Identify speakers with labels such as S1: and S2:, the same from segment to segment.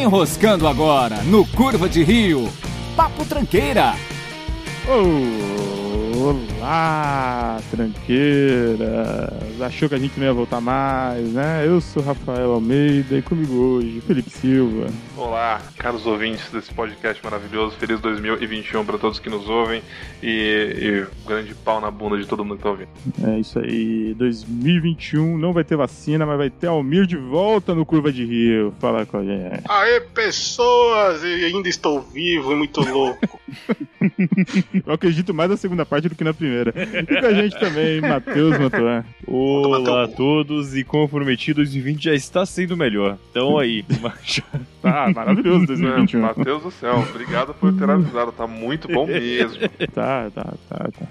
S1: Enroscando agora no Curva de Rio. Papo Tranqueira.
S2: Olá, tranqueiras! Achou que a gente não ia voltar mais, né? Eu sou Rafael Almeida e comigo hoje, Felipe Silva.
S3: Olá, caros ouvintes desse podcast maravilhoso. Feliz 2021 para um todos que nos ouvem e, e grande pau na bunda de todo mundo que tá ouvindo.
S2: É isso aí, 2021 não vai ter vacina, mas vai ter Almir de volta no Curva de Rio. Fala com a gente.
S4: Aê, pessoas! Eu ainda estou vivo e muito louco.
S2: Eu acredito mais na segunda parte do que na primeira. E com a gente também, Matheus Mantuan.
S5: Olá a todos e como prometido, 2020 já está sendo melhor. Então aí, já
S2: Tá maravilhoso 2021.
S3: Matheus do céu, obrigado por ter avisado. Tá muito bom mesmo.
S2: Tá, tá, tá, tá.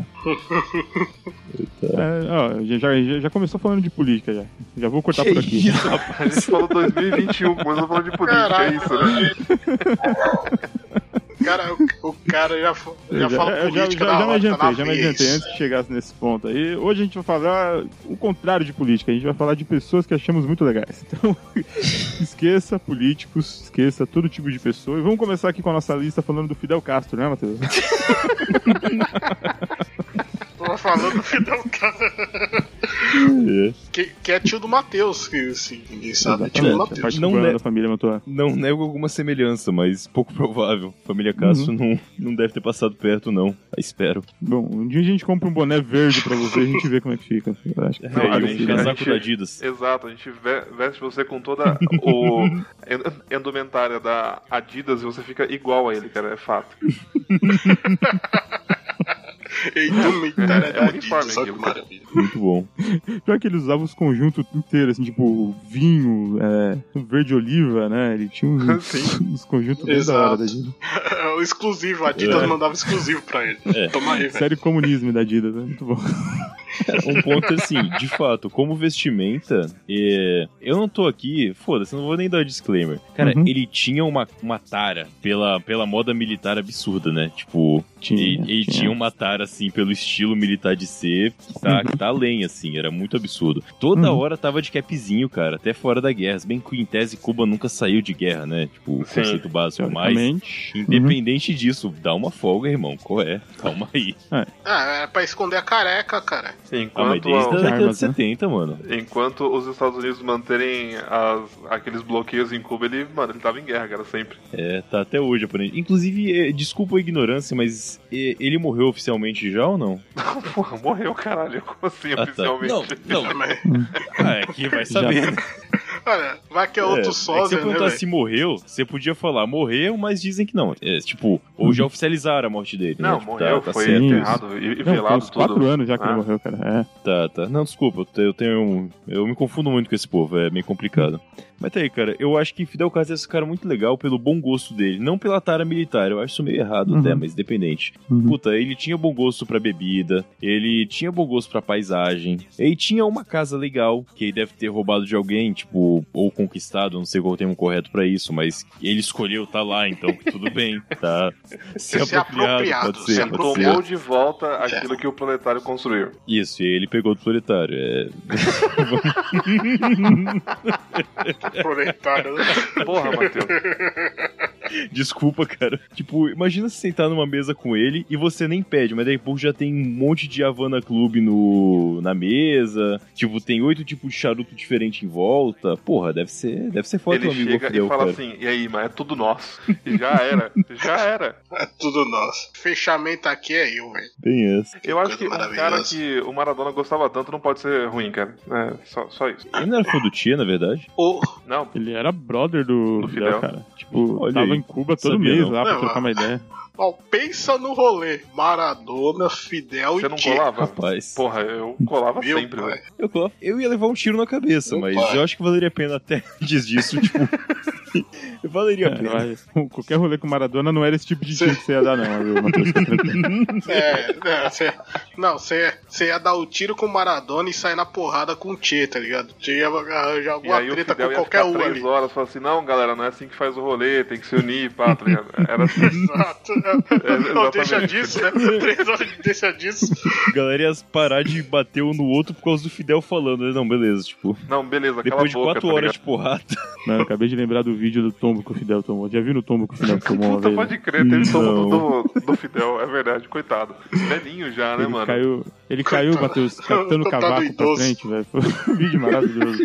S2: É, ó, já- já, já, já começou falando de política já. Já vou cortar por aqui.
S3: A gente falou 2021, começou falando de política, é
S4: Caralho,
S3: isso, né?
S4: O cara, o cara já, fa- já fala
S2: eu
S4: política
S2: já,
S4: na
S2: já me
S4: hora, tá
S2: adiantei,
S4: na
S2: já me
S4: vez.
S2: adiantei antes que chegasse nesse ponto aí. Hoje a gente vai falar o contrário de política, a gente vai falar de pessoas que achamos muito legais. Então, esqueça políticos, esqueça todo tipo de pessoa. E vamos começar aqui com a nossa lista falando do Fidel Castro, né, Matheus?
S4: Tô falando do Fidel Castro. que, que é tio do Matheus, que se ninguém sabe, é tio do
S2: Exatamente, a
S4: Matheus.
S2: parte
S5: Não
S2: cubana
S5: deve-
S2: Tá da família Mantua.
S5: não nego alguma semelhança, mas pouco provável. Família Castro não, não deve ter passado perto, não. Ah, Espero.
S2: Bom, um dia a gente compra um boné verde pra você e a gente vê como é que fica. Eu acho que
S3: Não,
S5: é,
S3: a
S5: e um
S3: gente- a
S5: casaco
S3: gente-
S5: da Adidas.
S3: Exato, a gente ve- veste você com toda o en- endomentária da Adidas e você fica igual a ele, cara, é fato.
S4: E do Mitário
S3: É um
S4: da
S3: uniforme
S4: Adidas, olha que
S3: aquilo.
S4: maravilha.
S5: Muito bom.
S2: Pior que ele usava os conjuntos inteiros, assim, tipo vinho, é, verde oliva, né? Ele tinha
S3: assim,
S2: uns, uns conjuntos bem da hora
S4: Exato.
S2: da Adidas.
S4: É o exclusivo, a Adidas
S5: É.
S4: mandava exclusivo pra ele.
S2: É.
S4: Toma aí, velho.
S2: Série comunismo da Adidas, né? Muito bom.
S5: um ponto assim, de fato, como vestimenta, é, eu não tô aqui, foda-se, não vou nem dar disclaimer. Cara,
S2: Uhum.
S5: ele tinha uma, uma tara pela, pela moda militar absurda, né? Tipo, ele, ele tinha uma tara, assim, pelo estilo militar de ser, que tá, que tá além, assim, era muito absurdo. Toda
S2: Uhum.
S5: hora tava de capzinho, cara, até fora da guerra. Se bem que, em tese, Cuba nunca saiu de guerra, né? Tipo, o
S3: Sim.
S5: conceito básico, mas...
S2: Teoricamente. Uhum.
S5: Independente disso, dá uma folga, irmão. Qual é? Calma aí.
S4: Ah, era pra esconder a careca, cara.
S5: Ah, mas
S3: Enquanto,
S5: desde a
S2: Armas,
S5: década
S2: né?
S5: de 70, mano.
S3: enquanto os Estados Unidos manterem as- aqueles bloqueios em Cuba, ele, mano, ele tava em guerra, cara, sempre.
S5: É, tá até hoje aparente. Inclusive, é, desculpa a ignorância, mas é, ele morreu oficialmente já ou não?
S3: Porra, morreu, caralho, como assim,
S5: Ah, tá.
S3: oficialmente?
S5: Não, não.
S4: Mas,
S5: Ah, é que vai saber. né?
S4: olha, vai que é
S5: É, é
S4: outro
S5: que se
S4: sósia,
S5: eu
S4: né,
S5: perguntar
S2: assim,
S4: velho?
S5: se morreu, você podia falar morreu, mas dizem que não. É, tipo, ou já oficializaram a morte dele. né?
S3: Não,
S5: Tipo,
S3: morreu,
S5: tá, tá
S3: foi
S5: certo.
S2: certo.
S3: enterrado e, e
S2: Não, tem
S3: velado
S2: uns
S3: tudo.
S2: quatro anos já que ele
S3: Ah.
S2: morreu, cara. É.
S5: Tá, tá. Não, desculpa, eu te- eu tenho. um- Eu me confundo muito com esse povo, é meio complicado. Mas tá aí, cara, eu acho que Fidel Castro é esse cara muito legal pelo bom gosto dele, não pela tara militar, eu acho isso meio errado
S2: Uhum.
S5: até, mas independente.
S2: Uhum.
S5: Puta, ele tinha bom gosto pra bebida, ele tinha bom gosto pra paisagem, ele tinha uma casa legal, que ele deve ter roubado de alguém, tipo, ou conquistado, não sei qual é o termo correto pra isso, mas ele escolheu tá lá, então tudo bem, tá?
S4: Se
S5: Se apropriado,
S4: apropriado,
S5: pode
S4: se
S5: ser, pode ser.
S3: Tomou de volta aquilo que o planetário construiu.
S5: Isso, e ele pegou do proletário, é...
S2: é.
S4: Proletário, né?
S3: Porra, Matheus.
S5: Desculpa, cara. Tipo, imagina se sentar numa mesa com ele e você nem pede, mas daí a pouco já tem um monte de Havana Club no, na mesa. Tipo, tem oito tipos de charuto diferente em volta. Porra, deve ser, deve ser foda
S3: Ele
S5: o amigo
S3: chega
S5: Fidel,
S3: e fala
S5: cara.
S3: assim, e aí, mas é tudo nosso. E já era, já era.
S4: É tudo nosso. Fechamento aqui é eu, velho.
S5: Bem essa.
S3: Eu acho que um
S4: coisa
S3: cara
S4: maravilhosa.
S3: que o Maradona gostava tanto não pode ser ruim, cara. É, só, só isso.
S5: Ele não era fã do tia, na verdade?
S4: O,
S3: Não,
S2: Ele era brother do,
S3: Do
S2: Fidel,
S3: Fidel.
S2: cara. Tipo,
S5: Olha
S2: tava
S5: aí.
S2: em Cuba todo
S5: Sabia
S2: mês
S5: não.
S2: lá pra
S4: Não,
S2: trocar
S4: ah.
S2: uma ideia.
S4: ó, pensa no rolê. Maradona, Fidel
S3: você
S4: e
S3: não
S4: Tite.
S3: colava?
S5: Rapaz.
S3: Porra, eu colava
S4: Viu,
S3: sempre,
S4: pai?
S3: velho.
S5: Eu, colo- eu ia levar um tiro na cabeça,
S4: Opa.
S5: mas eu acho que valeria a pena até antes disso, tipo. valeria a
S2: É,
S5: pena.
S2: vai- qualquer rolê com Maradona não era esse tipo de dia que você ia dar, não, viu, Matheus? Fica tranquilo.
S4: É, né, você- Não, você ia, você ia dar o tiro com o Maradona e sair na porrada com o Tchê, tá ligado? Tchê ia arranjar
S3: E
S4: alguma
S3: aí o
S4: treta
S3: Fidel
S4: com
S3: ia
S4: qualquer
S3: ficar
S4: um
S3: três
S4: ali.
S3: horas e falar assim, não, galera, não é assim que faz o rolê, tem que se unir, pá, tá ligado? Era assim.
S4: Exato. Não,
S3: exatamente.
S4: deixa disso, né? Três horas de deixa disso.
S5: A galera ia parar de bater um no outro por causa do Fidel falando, né? Não, beleza, tipo.
S3: Não, beleza, cala
S5: Depois de
S3: a boca,
S5: quatro
S3: tá
S5: horas
S3: ligado?
S5: de porrada.
S2: Não, eu acabei de lembrar do vídeo do tombo que o Fidel tomou. Já viu no tombo que o Fidel tomou
S4: é
S2: uma
S3: Puta,
S2: vez? né?
S3: pode crer, teve
S2: Não.
S3: som do, do Fidel, é verdade, coitado. Velhinho já, né,
S2: ele
S3: mano?
S2: Caiu, ele caiu, bateu os captando o
S4: Coitado
S2: cavaco pra
S4: idoso.
S2: frente, velho. Foi um vídeo maravilhoso.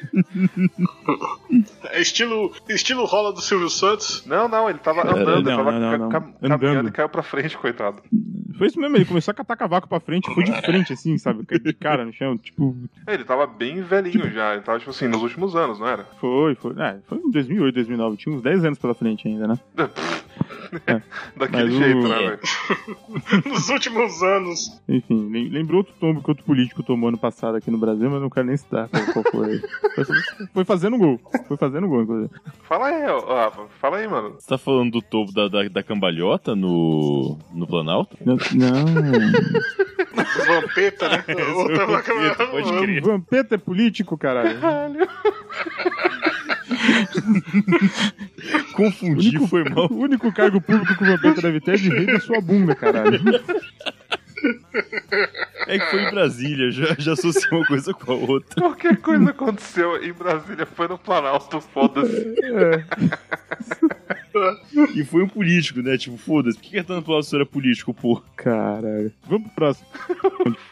S4: É estilo, estilo rola do Silvio Santos.
S3: Não, não, ele tava
S5: Caralho,
S3: andando,
S2: não,
S3: ele tava
S2: não, não, não.
S3: ca- ca- caminhando
S2: Andando.
S3: e caiu pra frente, coitado.
S2: Foi isso mesmo, ele começou a catar cavaco pra frente, foi de frente, assim, sabe? De cara no chão, tipo,
S3: É, Ele tava bem velhinho já, ele tava, tipo assim, nos últimos anos, não era?
S2: foi, foi. É, foi em 2008, 2009, tinha uns 10 anos pela frente ainda, né?
S3: Daquele
S2: Mas o-
S3: jeito, né,
S5: É.
S3: velho?
S4: Nos últimos anos.
S2: Enfim, lem- lembrou outro tombo que outro político tomou ano passado aqui no Brasil, mas não quero nem citar qual, qual foi. Foi, só- foi fazendo gol, foi fazendo gol, inclusive.
S3: Fala aí, ó, ó, Rafa, fala aí, mano.
S5: Você tá falando do topo da, da, da cambalhota no, no Planalto?
S2: Não, não.
S4: Vampeta, né? Outra
S5: Vampeta, pode crer.
S2: Vampeta é político, caralho.
S5: Confundi, foi mal.
S2: O único cargo público que o Vampeta deve ter é de rei da sua bunda, caralho.
S5: É que foi em Brasília, já, já associei uma coisa com a outra.
S3: Qualquer coisa aconteceu em Brasília, foi no Planalto,
S2: Tá.
S3: foda-se.
S2: É.
S5: E foi um político, né? Tipo, foda-se, por que que tá no Planalto se era político, pô?
S2: Caralho. Vamos pro próximo.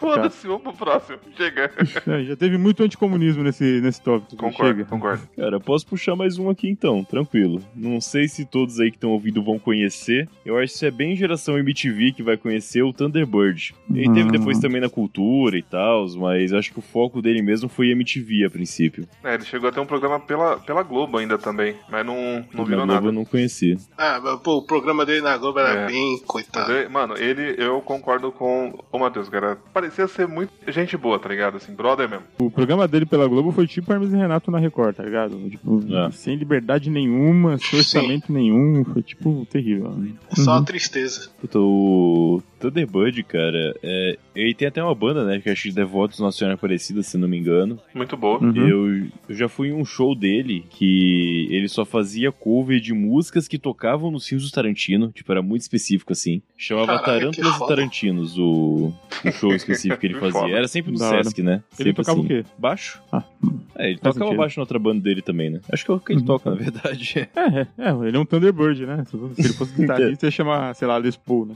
S3: Foda-se, vamos pro próximo. Chega.
S2: É, Já teve muito anticomunismo nesse, nesse tópico.
S3: Concordo,
S2: Chega.
S3: concordo.
S5: Cara, posso puxar mais um aqui então, tranquilo. Não sei se todos aí que estão ouvindo vão conhecer. Eu acho que isso é bem geração MTV que vai conhecer o Thunderbird. Ele teve
S2: Hum.
S5: depois também na cultura e tal, mas eu acho que o foco dele mesmo foi MTV a princípio.
S3: É, ele chegou a ter um programa pela, pela Globo ainda também, mas não, não virou
S5: na Globo
S3: nada.
S5: eu não conhecia.
S4: Ah, mas, pô, o programa dele na Globo era
S3: É.
S4: bem
S3: Mas
S4: coitado.
S3: ele- mano, ele, eu concordo com o Matheus, cara. Parecia ser muito gente boa, tá ligado? Assim, brother mesmo.
S2: O programa dele pela Globo foi tipo Hermes e Renato na Record, tá ligado? Tipo,
S5: É.
S2: sem liberdade nenhuma, sem
S4: Sim.
S2: orçamento nenhum. Foi tipo terrível. né?
S3: é.
S4: Só
S2: Uhum.
S4: a tristeza.
S5: Puta, o Thunderbird, cara, é, ele tem até uma banda, né? Que acho que Devotos Nossa Senhora Aparecida, é se não me engano.
S3: Muito boa.
S5: Hum.
S2: Uhum.
S5: Eu, eu já fui em um show dele que ele só fazia cover de músicas que tocavam nos filmes do Tarantino. Tipo, era muito específico assim. Chamava
S4: Caraca, que
S5: Tarântulas e
S4: foda.
S5: Tarantinos o, o show específico que ele
S3: Que
S5: fazia.
S3: foda.
S5: Era sempre no
S2: Da hora.
S5: Sesc, né?
S2: Ele
S5: Sempre
S2: tocava
S5: assim.
S2: o quê?
S5: Baixo.
S2: Ah,
S5: É, ele
S2: faz
S5: tocava
S2: sentido.
S5: baixo na outra banda dele também, né? Acho que é o que ele
S2: Uhum.
S5: toca, na verdade.
S2: É, é, ele é um Thunderbird, né? Se se ele fosse guitarrista, ia chamar, sei lá, Les Paul, né?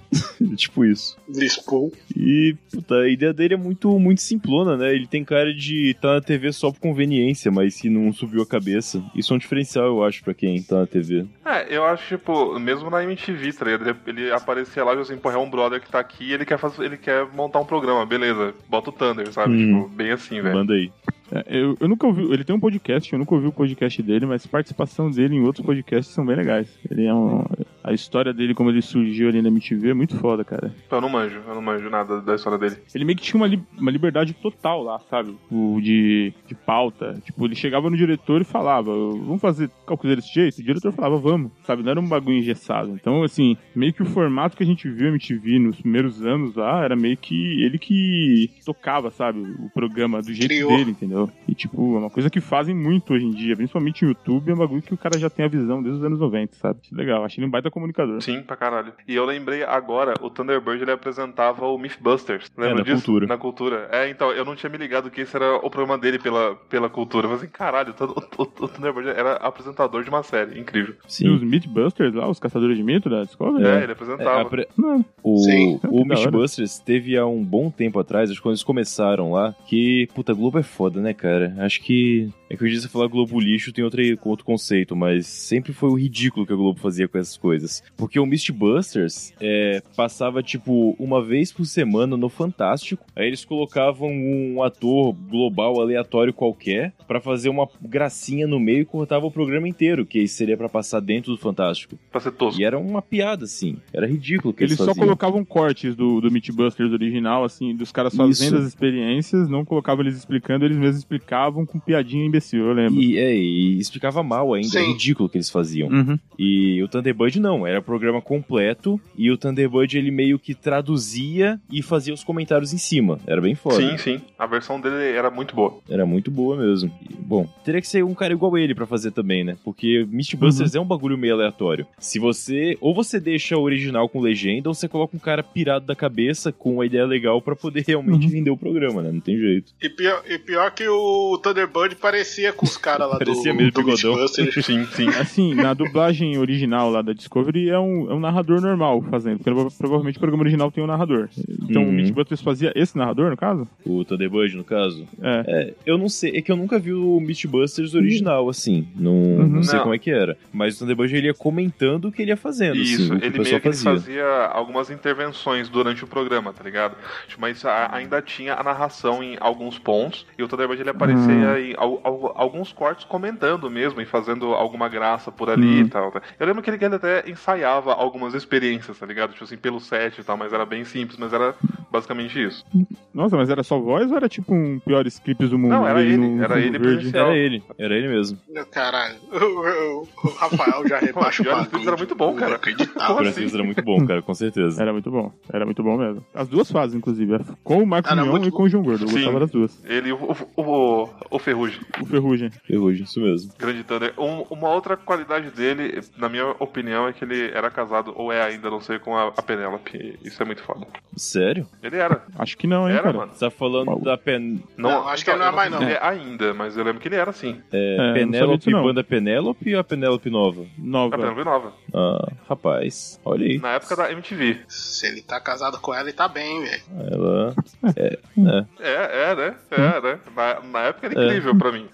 S5: tipo isso.
S4: Lispou.
S5: E, puta, a ideia dele é muito, muito simplona, né? Ele tem cara de estar tá na TV só por conveniência, mas se não subiu a cabeça. Isso é um diferencial, eu acho, pra quem tá na TV.
S3: É, eu acho, tipo, mesmo na MTV, tá ligado? Ele aparecia lá e assim, porra, é um brother que tá aqui ele quer fazer, ele quer montar um programa, beleza, bota o Thunder, sabe?
S5: Uhum.
S3: Tipo, bem assim, velho.
S5: Manda aí.
S2: É, Eu, eu nunca ouvi, ele tem um podcast, eu nunca ouvi o podcast dele, mas a participação dele em outros podcasts são bem legais. Ele é um, a história dele, como ele surgiu ali na MTV, é muito foda, cara.
S3: Eu não manjo, eu não manjo nada da história dele.
S2: Ele meio que tinha uma, li- uma liberdade total lá, sabe? O de, de pauta. Tipo, ele chegava no diretor e falava, vamos fazer cálculo desse jeito? O diretor falava, vamos, sabe? Não era um bagulho engessado. Então, assim, meio que o formato que a gente viu a MTV nos primeiros anos lá era meio que ele que tocava, sabe? O programa do jeito
S4: Criou.
S2: dele, entendeu? E, tipo, é uma coisa que fazem muito hoje em dia, principalmente no YouTube, é um bagulho que o cara já tem a visão desde os anos 90, sabe? Isso é Legal, achei ele um baita comunicador.
S3: Sim, pra caralho. E eu lembrei agora, o Thunderbird ele apresentava o Mythbusters. Lembra
S5: É, na
S3: disso?
S5: cultura.
S3: Na cultura. É, então, eu não tinha me ligado que esse era o programa dele pela, pela cultura. Eu falei assim, caralho, o, Thund- o- o- o Thunderbird era apresentador de uma série. Incrível.
S2: E
S5: Sim.
S2: os Mythbusters lá, os caçadores de mito da né? Discovery?
S3: É, ele
S5: É,
S3: apresentava.
S5: a pre-
S2: Não,
S5: O,
S4: Sim.
S5: o
S2: Que da hora.
S5: Mythbusters teve há um bom tempo atrás, acho que quando eles começaram lá, que, puta, Globo é foda, né, cara? Acho que, é que hoje em dia você falar Globo lixo tem outro, outro conceito, mas sempre foi o ridículo que a Globo fazia com essas coisas. Porque o Mythbusters é, passava, tipo, uma vez por semana no Fantástico, aí eles colocavam um ator global aleatório qualquer pra fazer uma gracinha no meio e cortava o programa inteiro, que seria pra passar dentro do Fantástico.
S3: Pra ser tosco.
S5: E é era uma piada, assim. Era ridículo o que
S2: Eles
S5: eles,
S2: só
S5: faziam.
S2: colocavam cortes do, do Mythbusters original, assim, dos caras fazendo
S5: Isso.
S2: as experiências, não colocavam eles explicando, eles mesmos explicavam com piadinha imbecil, eu lembro.
S5: E, é, e explicava mal ainda, é
S4: Sim.
S5: ridículo o que eles faziam.
S2: Uhum.
S5: E o Thunderbird não, era programa completo e o Thunderbird ele meio que traduzia e fazia os comentários em cima. Era bem foda.
S3: Sim, sim. A versão dele era muito boa.
S5: Era muito boa mesmo. E, bom, teria que ser um cara igual ele pra fazer também, né? Porque Mythbusters é um bagulho meio aleatório. Se você. Ou você deixa o original com legenda, ou você coloca um cara pirado da cabeça com uma ideia legal pra poder realmente vender o programa, né? Não tem jeito.
S4: E pior, e pior que o Thunderbird parecia com os caras lá
S5: Parecia
S4: do,
S5: mesmo,
S4: do
S5: bigodão.
S4: Mythbusters.
S3: Sim, sim.
S2: Assim, na dublagem original lá da Discovery é um, é um narrador normal fazendo, porque prova- provavelmente o programa original tem um narrador. Então
S5: Uhum.
S2: o Mitch Butters fazia esse narrador, no caso?
S5: O Thunderbird, no caso.
S2: É.
S5: Eu não sei, é que eu nunca vi o Mythbusters original, assim. Não,
S2: Uhum.
S5: não sei
S3: Não.
S5: como é que era. Mas o Thunderbird ele ia comentando o que ele ia fazendo, assim,
S3: Isso,
S5: o que
S3: ele
S5: o pessoal
S3: meio que
S5: fazia.
S3: fazia algumas intervenções durante o programa, tá ligado? Tipo, Mas a- ainda tinha a narração em alguns pontos, e o Thunderbird ele aparecia em al- al- alguns cortes comentando mesmo e fazendo alguma graça por
S2: Hum.
S3: ali e tal. tá? Eu lembro que ele, que ele até ensaiava algumas experiências, tá ligado? Tipo assim, pelo set e tal, mas era bem simples, mas era basicamente isso.
S2: Nossa, mas era só voz ou era tipo um pior scripts do mundo?
S3: Não, era ele,
S2: no
S3: era
S2: fundo
S3: ele
S2: verde?
S3: presencial.
S5: Era ele, era ele mesmo.
S4: Caralho, o, o- o Rafael já rebaixa o
S3: Pior que
S4: bagulho.
S3: era muito bom, cara.
S5: O
S4: Inacreditável.
S3: Como assim?
S5: Brasil era muito bom, cara, com certeza.
S2: Era muito bom, era muito bom mesmo. As duas fases, inclusive, é com o Marcos
S4: Era
S2: Mion
S4: muito
S2: e com o João Gordo. Eu
S3: Ah, Sim.
S2: gostava das duas.
S3: Ele e o, o, o, o Ferrugem.
S2: O Ferrugem.
S5: Ferrugem, É isso mesmo.
S3: Grande Thunder. Um- uma outra qualidade dele, na minha opinião, é que ele era casado, ou é ainda, não sei, com a, a Penélope. Isso é muito foda.
S5: Sério?
S3: Ele era.
S2: Acho que não, hein,
S3: Era,
S2: Tá cara?
S3: mano.
S5: Você tá falando
S2: Paulo.
S5: da Pen...
S4: Não, acho que ele não é
S3: eu
S4: mais,
S3: sei
S4: não.
S3: se ele é ainda, mas eu lembro que ele era, sim.
S5: é,
S2: não sabia
S5: Penélope,
S2: disso, não.
S5: banda Penélope ou a Penélope nova?
S3: A
S5: Tá
S2: Nova.
S3: Penélope nova.
S5: Ah, rapaz, olha aí.
S3: Na época da MTV.
S4: Se ele tá casado com ela, ele tá bem, velho.
S5: Ela... É, né?
S3: É, é, né? É, né? Na, na época era incrível pra mim.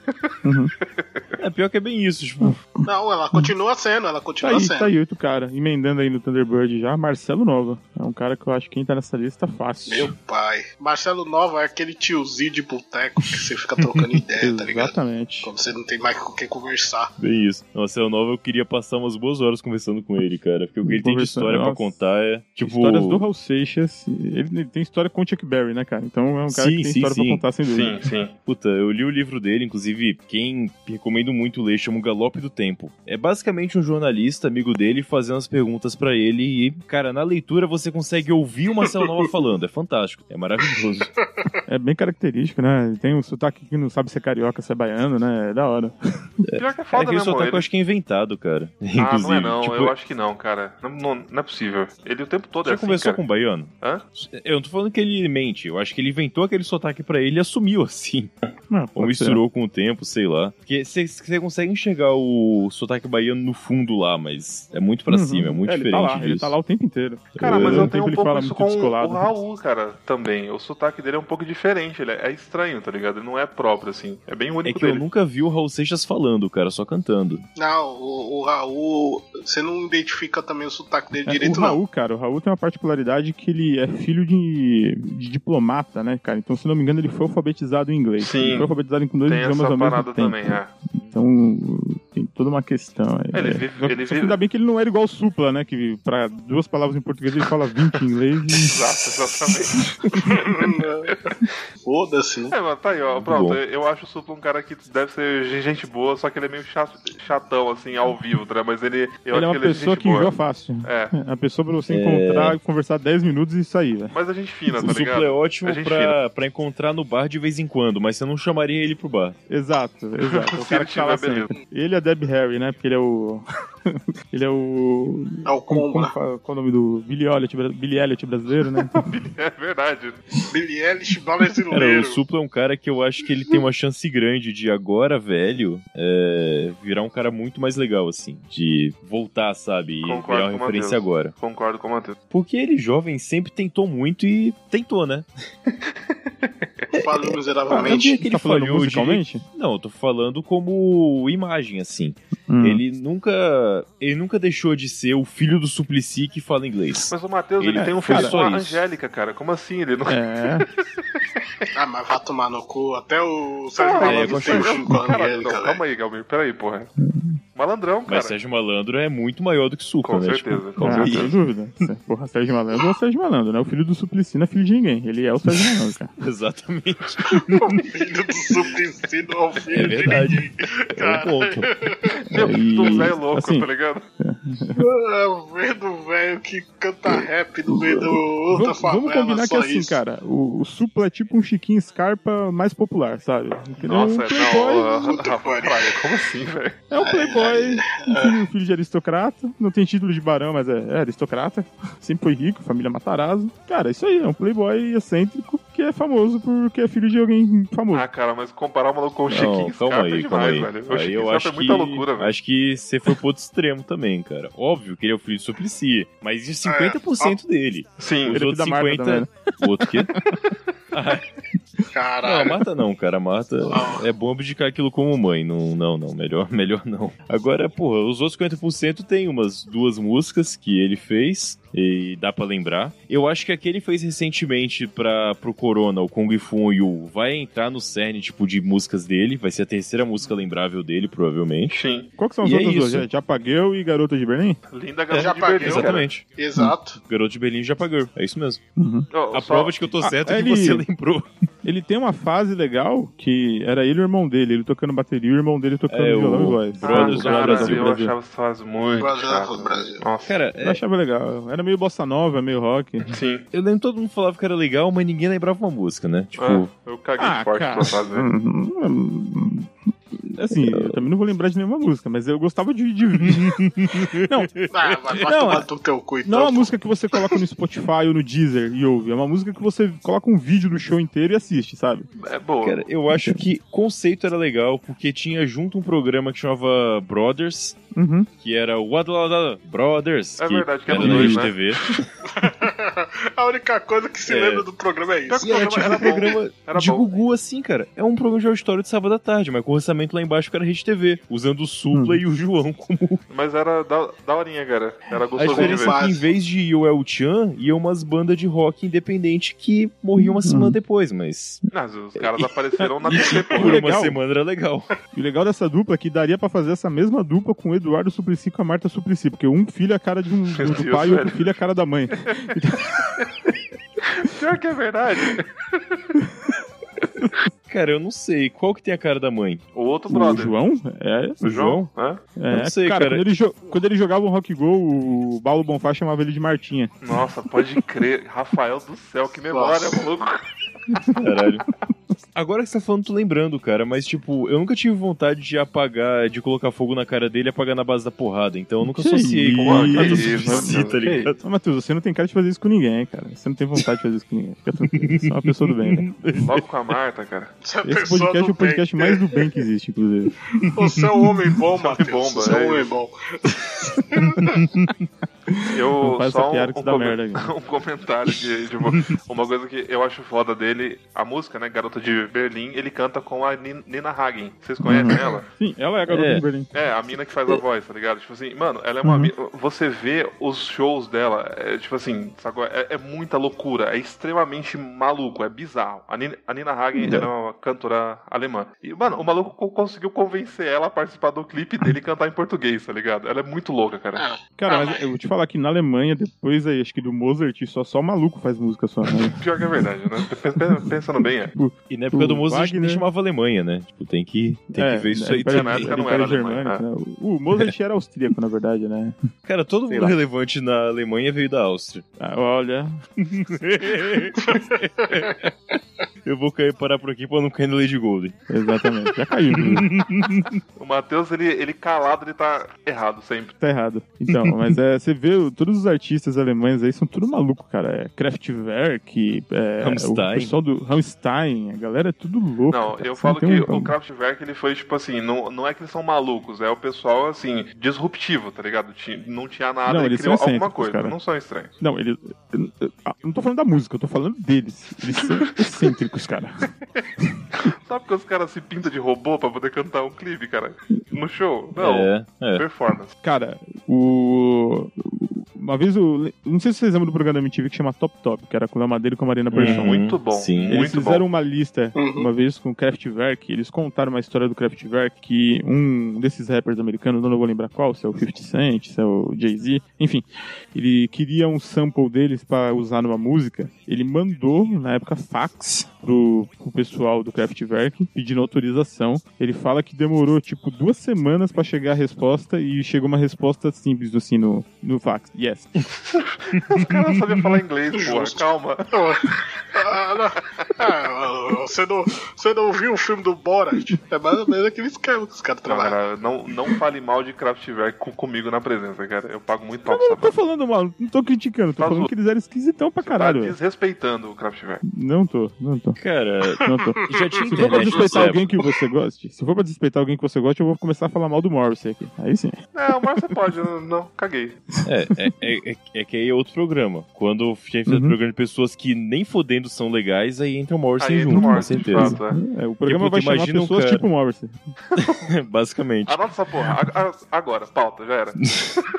S5: é pior que é bem isso, tipo...
S4: Não, ela continua sendo,
S2: Tá
S4: ela continua
S2: aí,
S4: sendo.
S2: tá aí outro cara. Emendando aí no Thunderbird já, Marcelo Nova. É um cara que eu acho que quem tá nessa lista tá fácil.
S4: Meu pai. Marcelo Nova é aquele tiozinho de boteco que você fica trocando ideia, tá ligado?
S2: Exatamente.
S4: Quando você não tem mais com quem conversar.
S5: Bem isso. Nossa, é o Nova eu queria passar umas boas horas conversando com ele, cara. Porque o que ele tem de
S2: Conversando,
S5: história pra
S2: nossa.
S5: contar é. Tipo.
S2: Histórias do Hal Seixas. Ele tem história com o Chuck Berry, né, cara? Então é um cara
S5: Sim,
S2: que tem
S5: sim,
S2: história
S5: sim.
S2: pra contar sem dúvida.
S3: Sim, sim.
S5: Puta, eu li o livro dele, inclusive, quem recomendo muito ler, chama o Galope do Tempo. É basicamente um jornalista, amigo dele, fazendo as perguntas pra ele e, cara, na leitura você consegue ouvir o Marcelo Nova falando. É fantástico, é maravilhoso.
S2: É bem característico, né? Ele Tem um sotaque que não sabe se é carioca, se é baiano, né? É da hora.
S3: Pior que é
S5: Cara,
S3: foda,
S5: aquele
S3: né, mano?
S5: sotaque eu acho que é inventado, cara.
S3: Ah, não
S5: inclusive.
S3: é não.
S5: Tipo,
S3: Eu acho que não, cara. Não, não, não é possível. Ele o tempo todo
S5: já
S3: é assim,
S5: conversou
S3: cara.
S5: com o Baiano?
S3: Hã?
S5: Eu não tô falando que ele mente, eu acho que ele inventou aquele sotaque pra ele e assumiu assim.
S2: Ah,
S5: Ou
S2: pode ser.
S5: misturou com o tempo, sei lá. Porque você consegue enxergar o sotaque baiano no fundo lá, mas é muito pra
S2: Uhum.
S5: cima, é muito
S2: É, ele
S5: diferente
S2: tá lá,
S5: disso.
S2: ele tá lá o tempo inteiro.
S3: Cara,
S5: Eu-
S3: mas
S5: Ao
S3: eu
S5: mesmo
S3: tenho um
S2: ele
S3: pouco
S2: fala
S3: isso
S2: muito
S3: com
S2: descolado.
S3: o Raul, cara, também. O sotaque dele é um pouco diferente, ele é é estranho, tá ligado? Ele não é próprio, assim. É bem
S5: É
S3: único
S5: que eu
S3: dele.
S5: nunca vi o Raul Seixas falando, cara, só cantando.
S4: Não, o, o Raul, você não identifica também o sotaque dele
S2: É,
S4: direito,
S2: o
S4: não.
S2: Raul, cara, o Raul tem uma particularidade que ele é filho de, de diplomata, né, cara? Então, se não me engano, ele foi alfabetizado em inglês.
S3: Sim.
S2: Ele foi alfabetizado com dois
S3: Tem
S2: idiomas
S3: essa
S2: ao mesmo
S3: parada
S2: tempo.
S3: também, é.
S2: Então, tem toda uma questão aí.
S3: Ele
S2: É.
S3: vive-
S2: Só-
S3: ele
S2: só que
S3: vive-
S2: Ainda bem que ele não era igual o Supla, né? Que pra duas palavras em português ele fala 20 em inglês.
S3: Exato, exatamente.
S2: né?
S4: Foda-se, né?
S3: É, mas tá aí, ó. Pronto,
S5: bom.
S3: eu, eu acho o Supla um cara que deve ser ge- gente boa, só que ele é meio cha- chatão, assim, ao vivo, tá? ligado? Mas ele.
S2: E ele
S3: Eu acho
S2: é uma
S3: que ele é
S2: pessoa
S3: gente
S2: que
S3: boa.
S2: enjoa fácil.
S3: É.
S2: É uma pessoa pra você encontrar, conversar 10 minutos e sair, velho.
S3: Mas a gente fina, tá
S5: o Supla é
S3: ligado?
S5: ótimo
S3: A gente
S5: pra, pra encontrar no bar de vez em quando, mas você não chamaria ele pro bar.
S2: Exato, exato. O
S3: Se
S2: cara
S3: ele
S2: que tá lá
S3: tiver, beleza.
S2: sempre. Ele é Deb Harry, né? Porque ele é o. ele é o.
S4: É o
S2: Como, como
S4: Combo.
S2: fala- qual é o nome do Billy Elliot, bra- Billy Elliot brasileiro, né?
S3: É verdade.
S4: Billy Ellis
S5: Cara, o
S4: brasileiro.
S5: Supla é um cara que eu acho que ele tem uma chance grande de agora, velho, é, virar um cara muito mais legal, assim. De voltar, sabe? E
S3: Concordo
S5: virar
S3: com o
S5: uma referência
S3: Matheus.
S5: agora.
S3: Concordo com o Matheus.
S5: Porque ele, jovem, sempre tentou muito e tentou, né? É,
S4: Falou
S5: Eu
S4: miseravelmente.
S5: diria que ele
S2: tá falando
S5: falhou, eu diria
S2: musicalmente?
S5: Não, eu tô falando como imagem, assim.
S2: Hum.
S5: Ele nunca. Ele nunca deixou de ser o filho do Suplicy que fala inglês.
S3: Mas o Matheus, ele,
S5: Ele-
S3: tem um
S5: cara,
S3: filho com
S5: só
S3: a
S5: isso.
S3: Angélica, cara. Como assim? Ele não.
S2: É.
S4: Ah, mas vai tomar no cu. Até o
S3: Ah,
S4: Sérgio
S5: é,
S4: Malandro
S5: eu
S4: tem um
S5: gostei.
S4: filme com a É
S3: Caralho,
S4: Angélica,
S3: não,
S4: velho.
S3: calma aí, Galmir. Peraí, porra. Malandrão, cara.
S5: Mas Sérgio Malandro é muito maior do que Supla,
S3: Com
S5: né? Tipo,
S3: certeza.
S5: com
S2: Ah,
S5: certeza.
S2: sem dúvida. Porra, Sérgio Malandro é o Sérgio Malandro, né? O filho do Suplicy não é filho de ninguém. Ele é o Sérgio Malandro, cara.
S5: Exatamente.
S4: O filho do Suplicy não é o filho
S5: É
S4: de
S5: verdade.
S4: ninguém.
S5: É um
S4: Cara,
S5: ponto.
S3: Meu,
S2: E,
S3: tu velho louco,
S2: assim,
S3: tá ligado?
S4: é o vendo velho que canta rap no meio do outra
S2: Vamos,
S4: favela.
S2: vamos combinar que
S4: só
S2: assim,
S4: isso.
S2: cara, o, o Supla é tipo um Chiquinho Scarpa mais popular, sabe? Entendeu?
S3: Nossa,
S4: é
S2: um playboy,
S3: não.
S4: puta
S3: ah,
S4: que pariu.
S3: Rafael, como assim, velho?
S2: é um playboy, filho, um filho de aristocrata, não tem título de barão, mas é, é aristocrata, sempre foi rico, família Matarazzo. Cara, isso aí, é um playboy excêntrico que é famoso porque é filho de alguém famoso.
S3: Ah, cara, mas comparar o maluco com o
S5: Não,
S3: Chiquinho
S5: calma
S3: Scarpa
S5: aí,
S3: é
S5: calma
S3: demais,
S5: aí.
S3: velho. O
S5: aí
S3: Chiquinho
S5: eu
S3: Scarpa
S5: acho
S3: é
S5: que,
S3: muita loucura, velho.
S5: acho que você foi pro outro extremo também, cara. Óbvio que ele é o filho do Suplicy, mas e os 50% dele?
S3: É, Sim,
S5: Os
S2: é filho da né?
S5: outros
S2: Marta
S5: 50... O outro quê? Não, a
S4: Caralho.
S5: Marta não, cara. A Marta
S3: Ah.
S5: é bom abdicar aquilo como mãe. Não, não, não. Melhor, melhor não. Agora, porra, os outros 50% tem umas duas músicas que ele fez e dá pra lembrar. Eu acho que aquele fez recentemente para pro Corona, o Kung Fu e o vai entrar no cerne tipo de músicas dele, vai ser a terceira música lembrável dele, provavelmente.
S3: sim.
S2: Qual que são as
S5: e é
S2: outras duas?
S5: isso.
S2: Já, Japagueu e Garota de Berlim?
S3: Linda garota
S4: Já
S3: de
S4: paguei,
S3: Berlim, cara.
S5: Exatamente.
S4: Exato.
S5: Garoto de Berlim já pagou. É isso mesmo.
S3: Ó,
S5: A
S3: só-
S5: prova de que eu tô
S2: Ah,
S5: certo é que
S2: ele-
S5: você lembrou.
S2: Ele tem uma fase legal que era ele e o irmão dele, ele tocando bateria e o irmão dele tocando
S5: É, o
S2: violão e voz.
S5: Brothers
S3: ah,
S5: do
S3: cara,
S5: Brasil,
S3: eu
S2: Brasil.
S3: achava essas frases muito
S4: Brasil,
S3: chatas.
S4: Brasil.
S3: Nossa,
S5: Cara, é,
S2: Eu achava legal. Era meio bossa nova, meio rock.
S3: sim.
S5: eu lembro que todo mundo falava que era legal, mas ninguém lembrava uma música, né? Tipo,
S3: Ah, eu caguei
S2: Ah,
S3: de forte
S2: cara.
S3: pra fazer.
S5: Uhum.
S2: Hum, Assim,
S5: É.
S2: eu também não vou lembrar de nenhuma música, mas eu gostava de. de-
S4: Ah, vai vai
S2: Não,
S4: tomar
S2: é-
S4: no teu cu então.
S2: Não é uma música que você coloca no Spotify ou no Deezer e ouve. É uma música que você coloca um vídeo do show inteiro e assiste, sabe?
S3: É boa.
S5: Cara, eu acho que conceito era legal, porque tinha junto um programa que chamava Brothers,
S2: Uhum.
S5: que era o Adalada Brothers.
S3: É verdade, que
S5: era
S3: era
S5: da
S3: dois,
S5: Rede
S3: né?
S5: TV.
S4: A única coisa que se
S5: É.
S4: lembra do programa é isso.
S3: E era tipo um
S5: programa
S3: Era
S5: de
S3: bom.
S5: Gugu, assim, cara. É um programa de auditório de sábado à tarde, mas com orçamento lá embaixo que era Rede TV, usando o Supla e o João como.
S3: Mas era da, daorinha, cara. Era
S5: A
S3: gostosinho de
S5: diferença
S3: ver.
S5: é que em vez de ir o El Chan, ia umas bandas de rock independente que morriam uma semana depois, mas
S3: Mas os caras apareceram na TV, pô.
S5: por uma
S2: legal.
S5: semana era legal.
S2: E o legal dessa dupla é que daria pra fazer essa mesma dupla com o Eduardo Suplicy e com a Marta Suplicy, porque um filho é a cara de um, do
S3: Deus,
S2: pai e outro
S3: velho.
S2: filho é a cara da mãe.
S3: Pior que é verdade.
S5: Cara, eu não sei. Qual que tem a cara da mãe?
S3: O outro
S2: O
S3: brother.
S2: João? É,
S3: O João? né?
S2: é,
S5: não sei, cara.
S2: Quando ele, jo- quando ele jogava o Rock Go, o Paulo Bonfá chamava ele de Martinha.
S3: Nossa, pode crer. Rafael do céu, que memória,
S4: Nossa.
S3: maluco.
S5: Caralho. Agora que você tá falando, tô lembrando, cara, mas tipo, eu nunca tive vontade de apagar, de colocar fogo na cara dele e apagar na base da porrada, então eu nunca
S2: Que
S5: associei com
S2: isso,
S5: a
S3: mano.
S5: tá ligado?
S2: Ô, Matheus, você não tem cara de fazer isso com ninguém, cara. Você não tem vontade de fazer isso com ninguém. Fica tranquilo. Você é uma pessoa do bem, né?
S3: Logo com a Marta, cara.
S4: Essa
S2: Esse
S4: pessoa
S2: podcast é
S4: do
S2: o podcast
S4: bem.
S2: mais do bem que existe, inclusive.
S4: Você é um homem bom,
S3: Você é um homem
S4: Matheus.
S3: bomba,
S4: Você é
S3: é
S4: um homem
S3: isso.
S4: bom.
S3: Eu
S2: Não faz
S3: só
S2: essa
S3: um,
S2: piada que
S3: um
S2: isso dá
S3: come-
S2: merda, cara.
S3: um comentário de, de uma, uma coisa que eu acho foda dele, a música, né, Garota de Berlim, ele canta com a Nin- Nina Hagen. Vocês
S2: Uhum.
S3: conhecem ela?
S2: Sim, ela é a garota
S5: É.
S2: de Berlim.
S3: É, a mina que faz a voz, tá ligado? Tipo assim, mano, ela é uma. mina. Você vê os shows dela, é, tipo assim, sacou? É, é muita loucura, é extremamente maluco, é bizarro. A Nina, a Nina Hagen era uma cantora alemã. E, mano, o maluco co- conseguiu convencer ela a participar do clipe dele e cantar em português, tá ligado? Ela é muito louca, cara.
S4: Ah,
S2: Cara,
S4: Ah,
S2: mas
S4: mas-
S2: eu vou te falar que na Alemanha, depois aí, acho que do Mozart, só só maluco faz música só. Né?
S3: Pior que é verdade, né? Pe- pe- Pensando bem, é.
S5: E na época do
S2: O
S5: Mozart
S2: Wagner-
S5: nem chamava Alemanha, né? Tipo, tem que, tem
S2: É,
S5: que ver isso
S2: né,
S5: aí
S2: Império-
S5: também.
S3: época não
S2: Império
S3: era Alemanha,
S2: Germânico, né? O o Mozart era austríaco, na verdade, né?
S5: Cara, todo
S2: Sei
S5: mundo
S2: lá.
S5: relevante na Alemanha veio da Áustria.
S2: Ah, olha,
S5: Eu vou cair, parar por aqui pra não cair no Lady Golden.
S2: exatamente. Já caiu, inclusive.
S3: O Matheus, ele, ele calado, ele tá errado sempre.
S2: tá errado. Então, mas é, você vê o- todos os artistas alemães aí são tudo maluco, cara. É Kraftwerk, é,
S5: Rammstein.
S2: o pessoal do Rammstein, a galera é tudo louco.
S3: Não,
S2: cara.
S3: eu
S2: Você
S3: falo
S2: tem
S3: que
S2: um-
S3: o Kraftwerk, ele foi, tipo assim, não, não é que eles são malucos, é o pessoal, assim, disruptivo, tá ligado? Ti- Não tinha nada,
S2: Não,
S3: ele
S2: eles
S3: criou
S2: são
S3: alguma
S2: excêntricos,
S3: coisa,
S2: cara.
S3: não são estranhos.
S2: Não, eles. eu- eu- ah, Não tô falando da música, eu tô falando deles. Eles são excêntricos, cara.
S3: Sabe porque os caras se pintam de robô pra poder cantar um clipe, cara? no show. Não,
S5: É, é.
S3: performance.
S2: Cara, o. Uma vez o. Não sei se vocês lembram do programa da MTV que chama Top Top, que era com o Léo Madeira e com a Marina Persson.
S5: Uhum,
S3: Muito bom.
S5: sim.
S3: Muito
S2: Eles fizeram
S3: bom.
S2: uma lista
S4: Uhum.
S2: uma vez com o Kraftwerk, eles contaram uma história do Kraftwerk que um desses rappers americanos, não vou lembrar qual, se é o 50 Cent, se é o Jay-Z, enfim, ele queria um sample deles pra usar numa música. Ele mandou, na época, fax pro, pro pessoal do Kraftwerk pedindo autorização. Ele fala que demorou tipo duas semanas pra chegar a resposta e chegou uma resposta simples assim no, no fax. Yes. um
S3: Os caras não sabiam falar inglês, porra.
S4: Justo.
S3: Calma.
S4: é, Ah, não. Ah, você, não, você não viu o filme do Borat? É mais ou menos aquele esquema que os caras
S3: Não,
S4: trabalham.
S3: cara, não, não fale mal de Kraftwerk com, comigo na presença, cara. Eu pago muito pau
S2: Eu
S3: pra
S2: não
S3: essa
S2: tô
S3: banda.
S2: falando mal, não tô criticando, tô
S3: Tá
S2: falando
S3: zoando.
S2: que eles eram esquisitão pra
S3: Tá
S2: caralho. velho.
S3: desrespeitando o Kraftwerk.
S2: Não tô, não tô.
S5: Cara,
S2: Não tô.
S5: já tinha
S2: Se for pra
S5: internet nessa
S2: desrespeitar alguém
S5: época.
S2: que você goste, se for pra desrespeitar alguém que você goste, eu vou começar a falar mal do Morrissey aqui. Aí sim.
S3: Não, mas você pode. eu Não, caguei.
S5: É, é, é, é que aí é outro programa. Quando tinha feito
S2: Uhum.
S5: programa de pessoas que nem fodendo são legais, aí entra o Morrison
S3: Aí entra
S5: junto,
S2: um,
S3: o Morrison,
S5: com
S3: de
S5: certeza.
S3: fato, é.
S2: É, o programa
S5: Porque,
S2: vai chamar
S5: imagina um
S2: pessoas
S5: cara-
S2: tipo Morrissey.
S5: Basicamente.
S3: Anota essa porra. A- a- Agora, pauta, já era.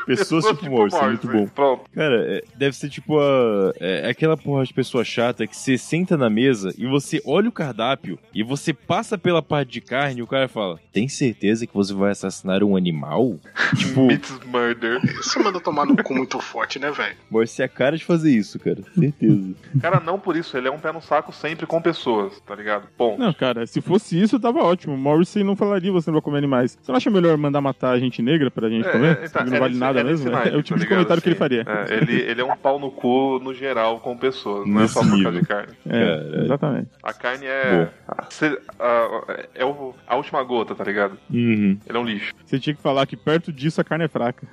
S5: Pessoas tipo Morrison, muito bom.
S3: Pronto.
S5: Cara, é- deve ser tipo a, é, aquela porra de pessoa chata que você senta na mesa e você olha o cardápio e você passa pela parte de carne e o cara fala: Tem certeza que você vai assassinar um animal? tipo,
S3: It's murder.
S4: Você manda tomar no cu muito forte, né, velho?
S5: você é a cara de fazer isso, cara. Certeza.
S3: Cara, não por isso. Ele é um pé no saco sempre com pessoas, tá ligado? Bom.
S2: Não, cara, se fosse isso, tava ótimo. Morrissey não falaria você não vai comer animais. Você não acha melhor mandar matar a gente negra pra gente comer? tipo,
S3: tá,
S2: né? não vale
S3: ele-
S2: nada
S3: ele
S2: mesmo?
S3: ensina
S2: É o
S3: ele,
S2: tipo
S3: tá
S2: de
S3: ligado?
S2: comentário que ele faria.
S3: Assim, é, ele, ele é um pau no cu no geral com pessoas, não é só por
S5: Nesse
S3: causa de carne.
S2: É,
S5: Caralho.
S2: exatamente.
S3: A carne é. se- a- é o- a última gota, tá ligado?
S5: Uhum.
S3: Ele é um lixo.
S2: Você tinha que falar que perto disso a carne é fraca.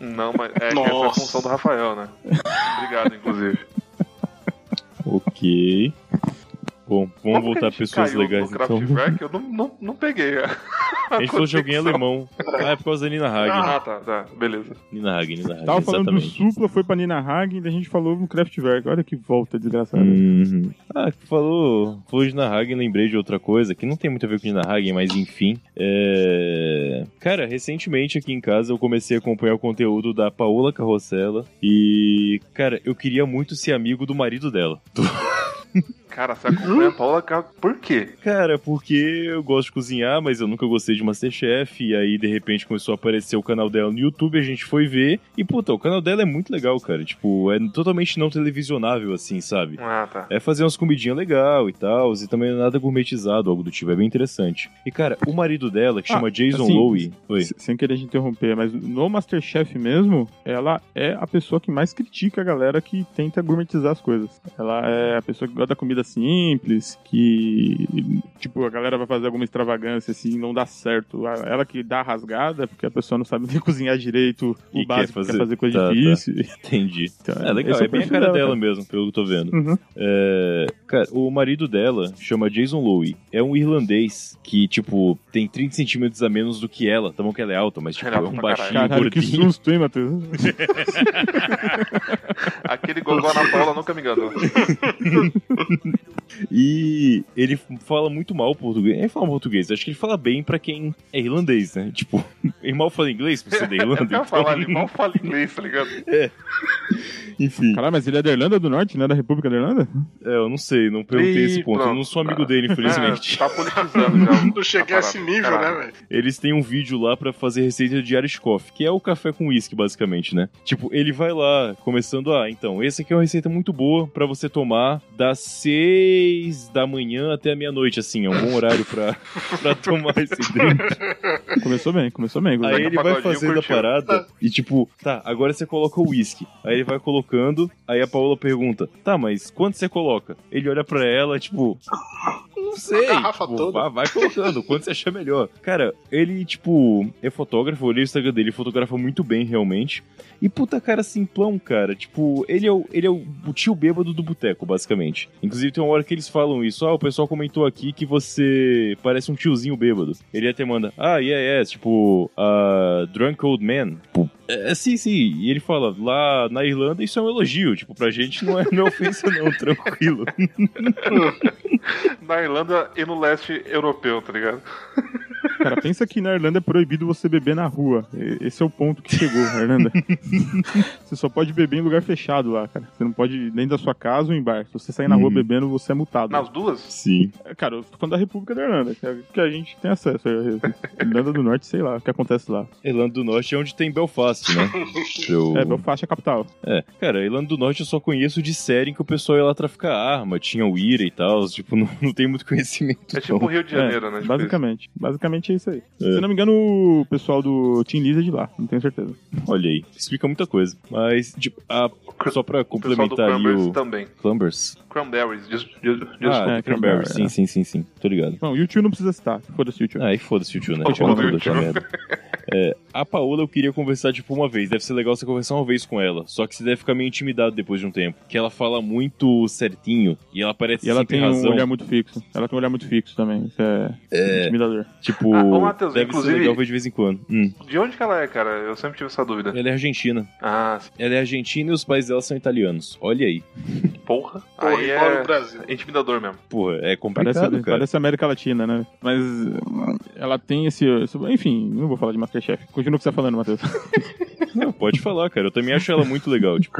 S3: Não, mas é, que essa é a
S4: Nossa.
S3: função do Rafael, né? Obrigado, inclusive.
S5: Ok. Bom, vamos
S3: Como que
S5: voltar a
S3: gente
S5: pessoas
S3: caiu
S5: legais
S3: no
S5: então.
S3: Kraftwerk? Eu não, não, não peguei. A,
S5: A gente falou de alguém
S3: conexão.
S5: alemão. Ah, é por causa da Nina Hagen.
S3: Ah, tá, tá. Beleza.
S5: Nina Hagen, Nina Hagen,
S2: Tava falando né? do
S5: É, exatamente.
S2: Supla, foi pra Nina Hagen, daí a gente falou no Kraftwerk. Olha que volta desgraçada.
S5: Uhum. Ah, tu falou, falou de Nina Hagen, lembrei de outra coisa que não tem muito a ver com Nina Hagen, mas enfim. É... Cara, recentemente aqui em casa eu comecei a acompanhar o conteúdo da Paola Carrossela e, cara, eu queria muito ser amigo do marido dela.
S3: Cara, você acompanha a Paula Car- Por quê?
S5: Cara, é porque eu gosto de cozinhar, mas eu nunca gostei de Masterchef. E aí, de repente, começou a aparecer o canal dela no YouTube, a gente foi ver. E, puta, o canal dela é muito legal, cara. Tipo, é totalmente não televisionável, assim, sabe?
S3: Ah, tá.
S5: É fazer umas comidinhas legal e tal, e também nada gourmetizado, algo do tipo, é bem interessante. E cara, o marido dela, que chama
S2: Ah,
S5: Jason
S2: assim,
S5: Lowe, oi.
S2: Se- Sem querer te interromper, mas no Masterchef mesmo, ela é a pessoa que mais critica a galera que tenta gourmetizar as coisas. Ela é a pessoa que gosta da comida simples, que, tipo, a galera vai fazer alguma extravagância assim, não dá certo. A- Ela que dá a rasgada, porque a pessoa não sabe nem cozinhar direito o
S5: E quer
S2: básico, quer fazer,
S5: fazer-
S2: coisa
S5: tá, tá.
S2: difícil.
S5: entendi.
S2: Então,
S5: É legal,
S2: esse
S5: é bem a
S2: perfil
S5: cara dela
S2: cara.
S5: mesmo, pelo que eu tô vendo.
S2: Uhum.
S5: É, cara, o marido dela chama Jason Lowe, é um irlandês que, tipo, tem 30 centímetros a menos do que ela, tá bom que ela é alta, mas, tipo,
S3: Ela
S5: é
S3: é
S5: um
S3: alta pra
S5: baixinho
S2: Caralho, que
S5: gordinho.
S2: susto, hein, Matheus?
S3: Aquele gogó na Paula nunca me enganou.
S5: E ele fala muito mal português. Ele fala português, acho que ele fala bem pra quem é irlandês, né? Tipo, ele mal fala inglês, porque você é da Irlanda,
S3: Eu ia falar, ele
S5: então-
S3: mal fala inglês, tá ligado?
S5: Enfim.
S2: Caralho, mas ele é da Irlanda do Norte, não é da República da Irlanda?
S5: É, eu não sei, não perguntei
S3: Ih,
S5: esse ponto. Eu
S3: pronto.
S5: não sou amigo dele,
S3: É,
S5: infelizmente.
S3: tá politizando já.
S4: Não cheguei a
S3: Tá
S4: esse nível, né, velho?
S5: Eles têm um vídeo lá pra fazer receita de Irish Coffee, que é o café com uísque, basicamente, né? Tipo, ele vai lá, começando, ah, então, essa aqui é uma receita muito boa pra você tomar das seis da manhã até a meia-noite, assim, é um bom horário pra, pra tomar esse drink.
S2: Começou bem, começou bem.
S5: Aí
S3: que
S5: ele
S3: o
S5: vai
S3: Pagodinho
S5: fazendo a
S3: curtiu.
S5: parada e tipo, tá, agora você coloca o uísque. Aí ele vai colocando, aí a Paola pergunta, tá, mas quanto você coloca? Ele olha pra ela, tipo, não sei.
S4: garrafa
S5: tipo,
S4: toda.
S5: vá- Vai, colocando, quanto você achar melhor. Cara, ele, tipo, é fotógrafo, eu olhei o Instagram dele, fotografa muito bem, realmente. E puta cara simplão, cara. Tipo, ele é o, ele é o o tio bêbado do boteco, basicamente. Inclusive, tem uma hora que eles falam isso. Ah, o pessoal comentou aqui que você parece um tiozinho bêbado. Ele até manda, ah, yeah, yeah, tipo, ah, drunk old man. Tipo, é, sim, sim. E ele fala, lá na Irlanda isso é um elogio. Tipo, pra gente não é, não é ofensa, não, tranquilo.
S3: Na Irlanda e no leste europeu, tá ligado?
S2: Cara, pensa que na Irlanda é proibido você beber na rua. E- Esse é o ponto que chegou na Irlanda. você só pode beber em lugar fechado lá, cara. Você não pode nem da sua casa ou em bar. Se você sair na rua
S5: Uhum.
S2: bebendo, você é multado.
S3: Nas duas?
S5: Sim.
S2: É, Cara, eu tô falando da República da Irlanda, que é- que a gente tem acesso. A Irlanda do Norte, sei lá o que acontece lá.
S5: Irlanda do Norte é onde tem Belfast, né? Eu...
S2: É, Belfast é a capital.
S5: É, cara, Irlanda do Norte eu só conheço de série em que o pessoal ia lá traficar arma, tinha o IRA e tal, tipo, não, não tem muito conhecimento.
S3: É tipo o
S5: não.
S3: Rio de Janeiro,
S2: É,
S3: né? Tipo
S2: basicamente. Basicamente é isso aí.
S5: É.
S2: Se eu não me engano, o pessoal do Team Lisa é de lá, não tenho certeza.
S5: Olha aí, explica muita coisa. Mas, tipo, a-
S3: cr-
S5: só pra
S3: O pessoal do
S5: complementar ali
S3: Cranberries tá-
S5: o...
S3: também.
S5: Clumbers?
S3: Cranberries, des, des,
S5: Ah,
S2: é,
S5: é, Cranberry,
S2: Cranberry,
S5: sim, sim, sim, sim, tô ligado.
S2: Não, o tio não precisa citar. Foda-se o tio.
S5: Ah, e foda-se o tio, né?
S2: Continua,
S5: Fala tudo
S3: tio.
S5: essa merda. É, a Paola eu queria conversar, tipo, uma vez. Deve ser legal você conversar uma vez com ela. Só que você deve ficar meio intimidado depois de um tempo. Que ela fala muito certinho e ela parece
S2: E ela
S5: sempre
S2: tem
S5: razão.
S2: um olhar muito fixo. Ela tem um olhar muito fixo também. Isso é, intimidador.
S5: Tipo,
S3: Ah, ô, Matheus,
S5: deve
S3: inclusive-
S5: ser legal ver de vez em quando. Hum.
S3: De onde que ela é, cara? Eu sempre tive essa dúvida.
S5: Ela é argentina.
S3: Ah, sim.
S5: Ela é argentina e os pais dela são italianos. Olha aí.
S3: porra.
S4: Porra,
S3: Aí
S4: embora no
S3: é
S4: Brasil.
S3: intimidador mesmo.
S5: Porra, é
S2: Parece,
S5: complicado, cara.
S2: parece América Latina, né? Mas hum, ela tem esse, esse- Enfim, não vou falar de Masterchef. Continua o que você tá falando, Matheus.
S5: Não, pode falar, cara. Eu também acho ela muito legal. Tipo,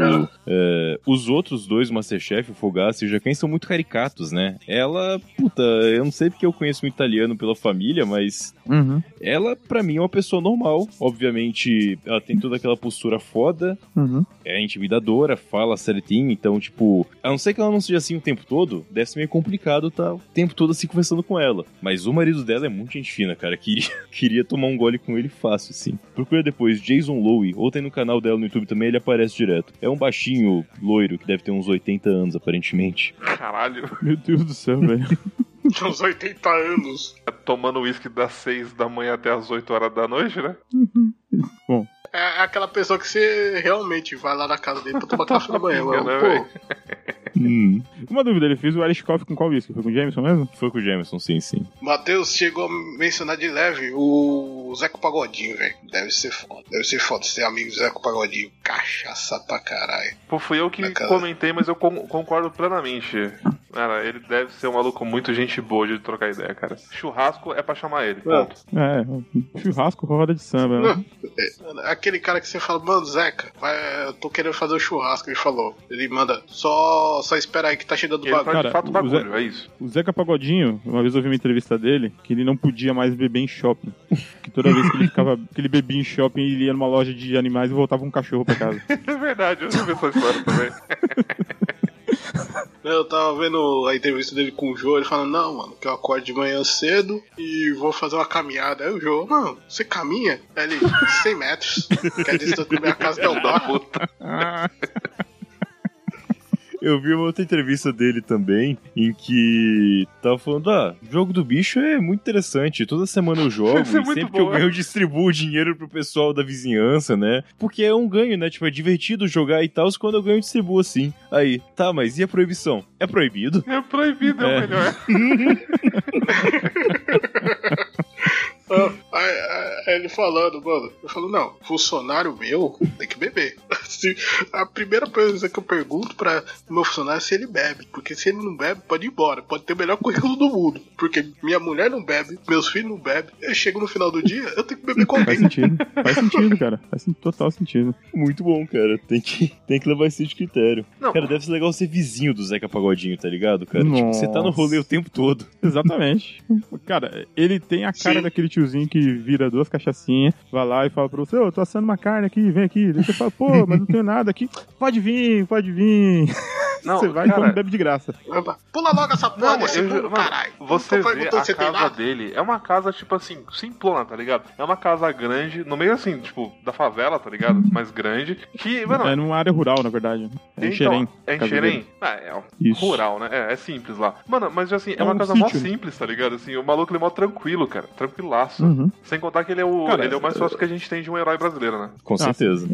S5: é, os outros dois, o Masterchef, o Fogaça e o Jaquem, são muito caricatos, né? Ela, puta, eu não sei porque eu conheço muito italiano pela família, mas
S2: Uhum.
S5: ela, pra mim, é uma pessoa normal. Obviamente, ela tem toda aquela postura foda,
S2: Uhum.
S5: é intimidadora, fala certinho, então, tipo, a não ser que ela não seja assim o tempo todo, deve ser meio complicado tá o tempo todo assim conversando com ela. Mas o marido dela é muito gente fina, cara. Queria, queria tomar um gole com ele fácil, assim. Procura depois Jason Lowe, ou tem no canal dela no YouTube também, ele aparece direto. É um baixinho loiro que deve ter uns 80 anos, aparentemente.
S3: Caralho.
S2: Meu Deus do céu, velho.
S4: Tinha uns 80 anos.
S3: Tomando uísque das 6 da manhã até as 8 horas da noite, né?
S4: É aquela pessoa que você realmente vai lá na casa dele pra tomar café da manhã.
S3: Não,
S4: mano.
S3: Né, velho.
S4: Pô,
S5: Hum.
S2: Uma dúvida, ele fez o Arishkov com qual whisky? Foi com o Jameson mesmo?
S5: Foi com o Jameson, sim, sim.
S4: Matheus chegou a mencionar de leve o Zeco Pagodinho, velho. Deve ser foda. Deve ser foda ser amigo do Zeco Pagodinho. Cachaça pra caralho.
S3: Pô, fui eu que
S4: Bacana.
S3: comentei, mas eu con- concordo plenamente. Cara, ele deve ser um maluco muito gente boa de trocar ideia, cara. Churrasco é pra chamar ele. Ponto.
S2: É, um churrasco com roda de samba, né?
S4: É Aquele cara que você fala, mano, Zeca, vai, eu tô querendo fazer o churrasco. Ele falou. Ele manda, só, só espera aí que tá chegando o
S3: Ele
S4: bagulho.
S3: faz
S2: cara,
S3: de fato
S2: o
S3: bagulho, é isso.
S2: O Zeca Pagodinho, uma vez eu ouvi uma entrevista dele, que ele não podia mais beber em shopping. Que toda vez que ele ficava, que ele bebia em shopping, ele ia numa loja de animais e voltava um cachorro pra casa.
S3: É verdade, eu vi essa história também.
S4: Eu tava vendo a entrevista dele com o Joe, ele falando, não, mano, que eu acordo de manhã cedo e vou fazer uma caminhada. Aí o Joe, mano, você caminha? Aí ele, 100 metros, que é a distância da minha casa deu
S3: Da
S4: dó.
S3: puta.
S5: Eu vi uma outra entrevista dele também, em que tava falando, ah, jogo do bicho é muito interessante, toda semana eu jogo, e
S3: Isso é muito
S5: sempre que eu
S3: bom,
S5: ganho eu distribuo o dinheiro pro pessoal da vizinhança, né? Porque é um ganho, né? Tipo, é divertido jogar e tal, quando eu ganho eu distribuo assim. Aí, tá, mas e a proibição? É proibido?
S3: É proibido, é,
S2: É.
S3: o melhor.
S4: Ah, Aí, aí, aí ele falando, mano, eu falo, não, funcionário meu tem que beber. Assim, a primeira coisa que eu pergunto pra meu funcionário é se ele bebe, porque se ele não bebe, pode ir embora, pode ter o melhor currículo do mundo, porque minha mulher não bebe, meus filhos não bebem, eu chego no final do dia, eu tenho que beber com
S2: Faz
S4: alguém.
S2: sentido. Faz sentido, cara. Faz sen- total sentido.
S5: Muito bom, cara. Tem que, tem que levar isso de critério.
S3: Não.
S5: Cara, deve ser legal ser vizinho do Zeca Pagodinho, tá ligado, cara? Tipo, você tá no
S2: Nossa.
S5: rolê o tempo todo.
S2: Exatamente. Cara, ele tem a cara
S4: Sim.
S2: daquele tiozinho que vira duas cachaçinhas, vai lá e fala pra você, ô, eu tô assando uma carne aqui, vem aqui. Daí você fala, pô, mas não tenho nada aqui. Pode vir, pode vir.
S3: Não,
S2: você vai e
S3: cara,
S2: come e bebe de graça.
S4: Pula logo essa porra
S3: Não,
S4: desse
S3: eu-
S4: mundo,
S3: mano,
S4: é caralho.
S3: Você
S4: Não tô
S3: vê
S4: perguntando
S3: a
S4: se tem
S3: casa
S4: nada.
S3: dele, é uma casa, tipo assim, simplona, tá ligado? É uma casa grande, no meio assim, tipo, da favela, tá ligado? Mas grande. Que, mano,
S2: É numa área rural, na verdade. É em Xerém.
S3: É em
S2: casa
S3: Xerém?
S2: dele.
S3: Ah, é
S2: Isso.
S3: rural, né? É, é simples lá. Mano, mas assim, é,
S2: É
S3: uma
S2: um
S3: casa
S2: sítio.
S3: mó simples, tá ligado? Assim, o maluco ele é mó tranquilo, cara. Tranquilaço.
S2: Uhum.
S3: Sem contar que ele é o,
S2: Cara,
S3: ele é o mais próximo que a gente tem de um herói brasileiro, né?
S5: Com
S2: Nossa.
S5: certeza.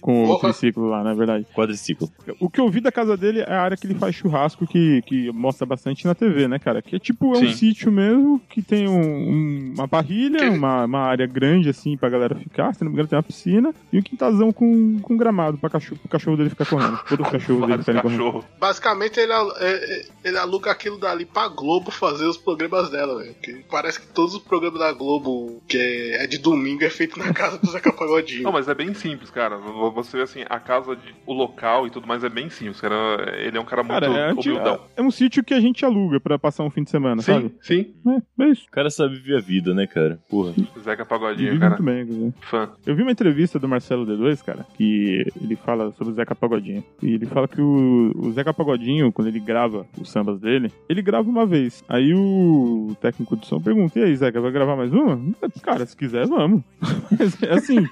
S2: Com o
S4: Porra.
S2: triciclo lá, na verdade.
S5: Quadriciclo.
S2: O que eu vi da casa dele ele, é a área que ele faz churrasco que, que mostra bastante na TV, né, cara? Que é tipo, é um
S3: Sim.
S2: sítio mesmo que tem um- um- uma
S3: Que-
S2: barrilha, uma, uma área grande, assim, pra galera ficar. Se não me engano, tem uma piscina e um quintazão com, com gramado pra cachorro, pro cachorro dele ficar correndo. Todos os cachorros dele
S3: Vários
S2: ficarem correndo.
S3: cachorros.
S4: Basicamente, ele, al- é- é- ele aluga aquilo dali pra Globo fazer os programas dela, velho. Que Parece que todos os programas da Globo, que é, é de domingo, é feito na casa do Zeca Pagodinho.
S3: Não, mas é bem simples, cara. V- Você vê assim, a casa, de- o local e tudo mais é bem simples, cara. Ele é um cara muito
S2: Cara, é, anti-
S3: humildão.
S2: é um sítio que a gente aluga pra passar um fim de semana, sabe?
S3: Sim, sim.
S2: É, é isso.
S5: O cara sabe viver a vida, né, cara? Porra.
S3: Zeca
S2: Vive
S3: Pagodinho, cara.
S2: muito bem, inclusive.
S3: Fã.
S2: Eu vi uma entrevista do Marcelo D2, cara, que ele fala sobre o Zeca Pagodinho. E ele fala que o, o Zeca Pagodinho, quando ele grava os sambas dele, ele grava uma vez. Aí o técnico de som pergunta: E aí, Zeca, vai gravar mais uma? Cara, se quiser, vamos. Mas é assim.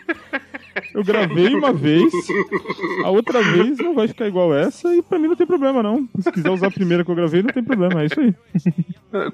S2: Eu gravei uma vez, a outra vez não vai ficar igual essa, e pra mim não tem problema, não. Se quiser usar a primeira que eu gravei, não tem problema, é isso aí.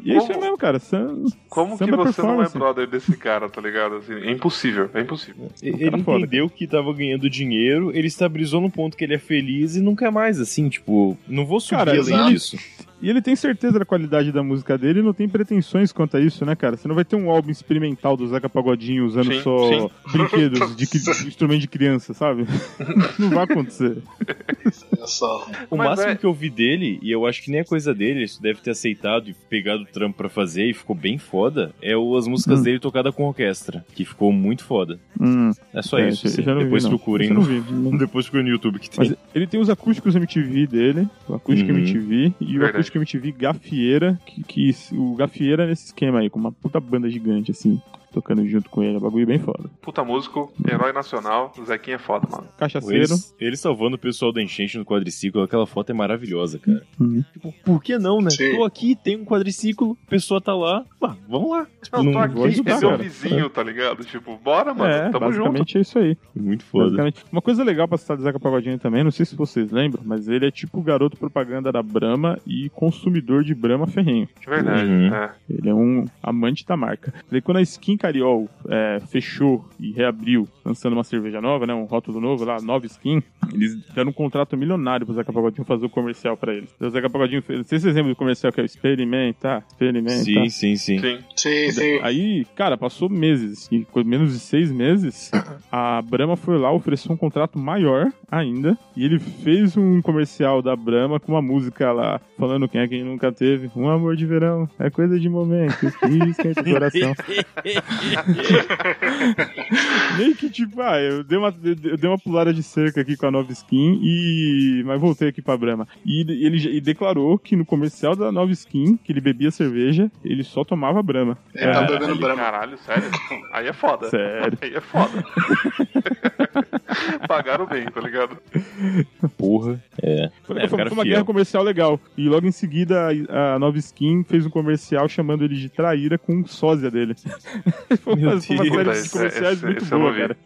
S2: E é isso aí
S3: Como,
S2: mesmo, cara. Sam-
S3: como que
S2: samba
S3: você não é
S2: performance.
S3: brother desse cara, tá ligado? Assim, é impossível, é impossível.
S5: E-
S2: cara
S5: Ele
S2: foda.
S5: entendeu que tava ganhando dinheiro, ele estabilizou no ponto que ele é feliz e nunca é mais, assim, tipo, não vou subir
S2: Cara,
S5: além
S4: exato.
S5: disso.
S2: E ele tem certeza da qualidade da música dele e não tem pretensões quanto a isso, né, cara? Você não vai ter um álbum experimental do Zeca Pagodinho usando
S3: Sim,
S2: só
S3: sim.
S2: brinquedos de, cri- de instrumento de criança, sabe? Não vai acontecer.
S4: Olha tá só.
S5: O
S3: Mas
S5: máximo
S3: é-
S5: que eu vi dele, e eu acho que nem é coisa dele, isso deve ter aceitado e pegado o trampo pra fazer e ficou bem foda, é o- as músicas
S2: Hum.
S5: dele tocadas com orquestra, que ficou muito foda.
S2: Hum,
S5: É só
S2: é, esse-
S5: isso, assim.
S2: esse eu não
S5: Depois
S2: vi, não.
S5: procurem.
S2: Esse eu
S5: no-
S2: não vi, né? não-
S5: Depois procurem no YouTube que tem.
S2: Mas ele tem os acústicos MTV dele, o acústico
S5: Uhum.
S2: MTV e o
S3: Verdade.
S2: acústico MTV Gafieira, que, que o Gafieira é nesse esquema aí, com uma puta banda gigante, assim, tocando junto com ele, é um bagulho bem foda.
S3: Puta músico,
S2: Hum.
S3: herói nacional, Zequinha é foda, mano.
S2: Cachaceiro,
S5: Ele, ele salvando o pessoal da enchente no quadriciclo, aquela foto é maravilhosa, cara.
S2: Uhum.
S5: Tipo, por que não, né?
S4: Sim.
S5: Tô aqui, tem um quadriciclo, a pessoa tá lá, bah, vamos lá. Tipo,
S3: Não, tô
S5: não-
S3: aqui,
S2: vou ajudar,
S3: é meu
S2: cara.
S3: vizinho, tá ligado? Tipo, bora, mano,
S2: é,
S3: tamo junto.
S2: basicamente é isso aí.
S5: Muito foda.
S2: Basicamente. Uma coisa legal pra citar do Zeca Pagodinho também, não sei se vocês lembram, mas ele é tipo o garoto propaganda da Brahma e consumidor de Brahma ferrenho.
S3: De verdade,
S5: Uhum.
S3: é.
S2: Ele é um amante da marca. Daí quando a Skin Cariol é, fechou e reabriu, lançando uma cerveja nova, né, um rótulo novo lá, nova Skin, eles deram um contrato milionário pro Zeca Pagodinho fazer o comercial pra eles. O Zeca Pagodinho fez, não sei se vocês lembram do comercial que é o Experimenta, Experimenta.
S5: Sim, sim, sim.
S3: Sim.
S4: Sim, sim.
S2: Aí, cara, passou meses, e com menos de seis meses, a Brahma foi lá, ofereceu um contrato maior ainda, e ele fez um comercial da Brahma com uma música lá, falando quem é quem nunca teve, um amor de verão, é coisa de momento, isso é de coração. Meio que tipo, ah, eu dei, uma, eu dei uma pulada de cerca aqui com a nova skin e. Mas voltei aqui pra Brahma. E ele, ele já- e declarou que no comercial da nova skin, que ele bebia cerveja, ele só tomava Brahma.
S4: Ele
S3: É.
S4: tá bebendo
S3: Caralho,
S4: Brahma.
S3: caralho, sério? Aí é foda.
S2: Sério.
S3: Aí é foda. Pagaram bem, tá ligado?
S5: Porra. É.
S2: Foi,
S5: É,
S2: foi-
S5: cara
S2: foi uma
S5: fiel.
S2: guerra comercial legal. E logo em seguida a, a Nova Skin fez um comercial chamando ele de traíra com um sósia dele. foi uma,
S5: Meu
S2: foi uma
S3: Deus.
S2: série de comerciais
S3: Esse-
S2: muito
S3: esse eu não
S2: boa,
S3: vi.
S2: cara.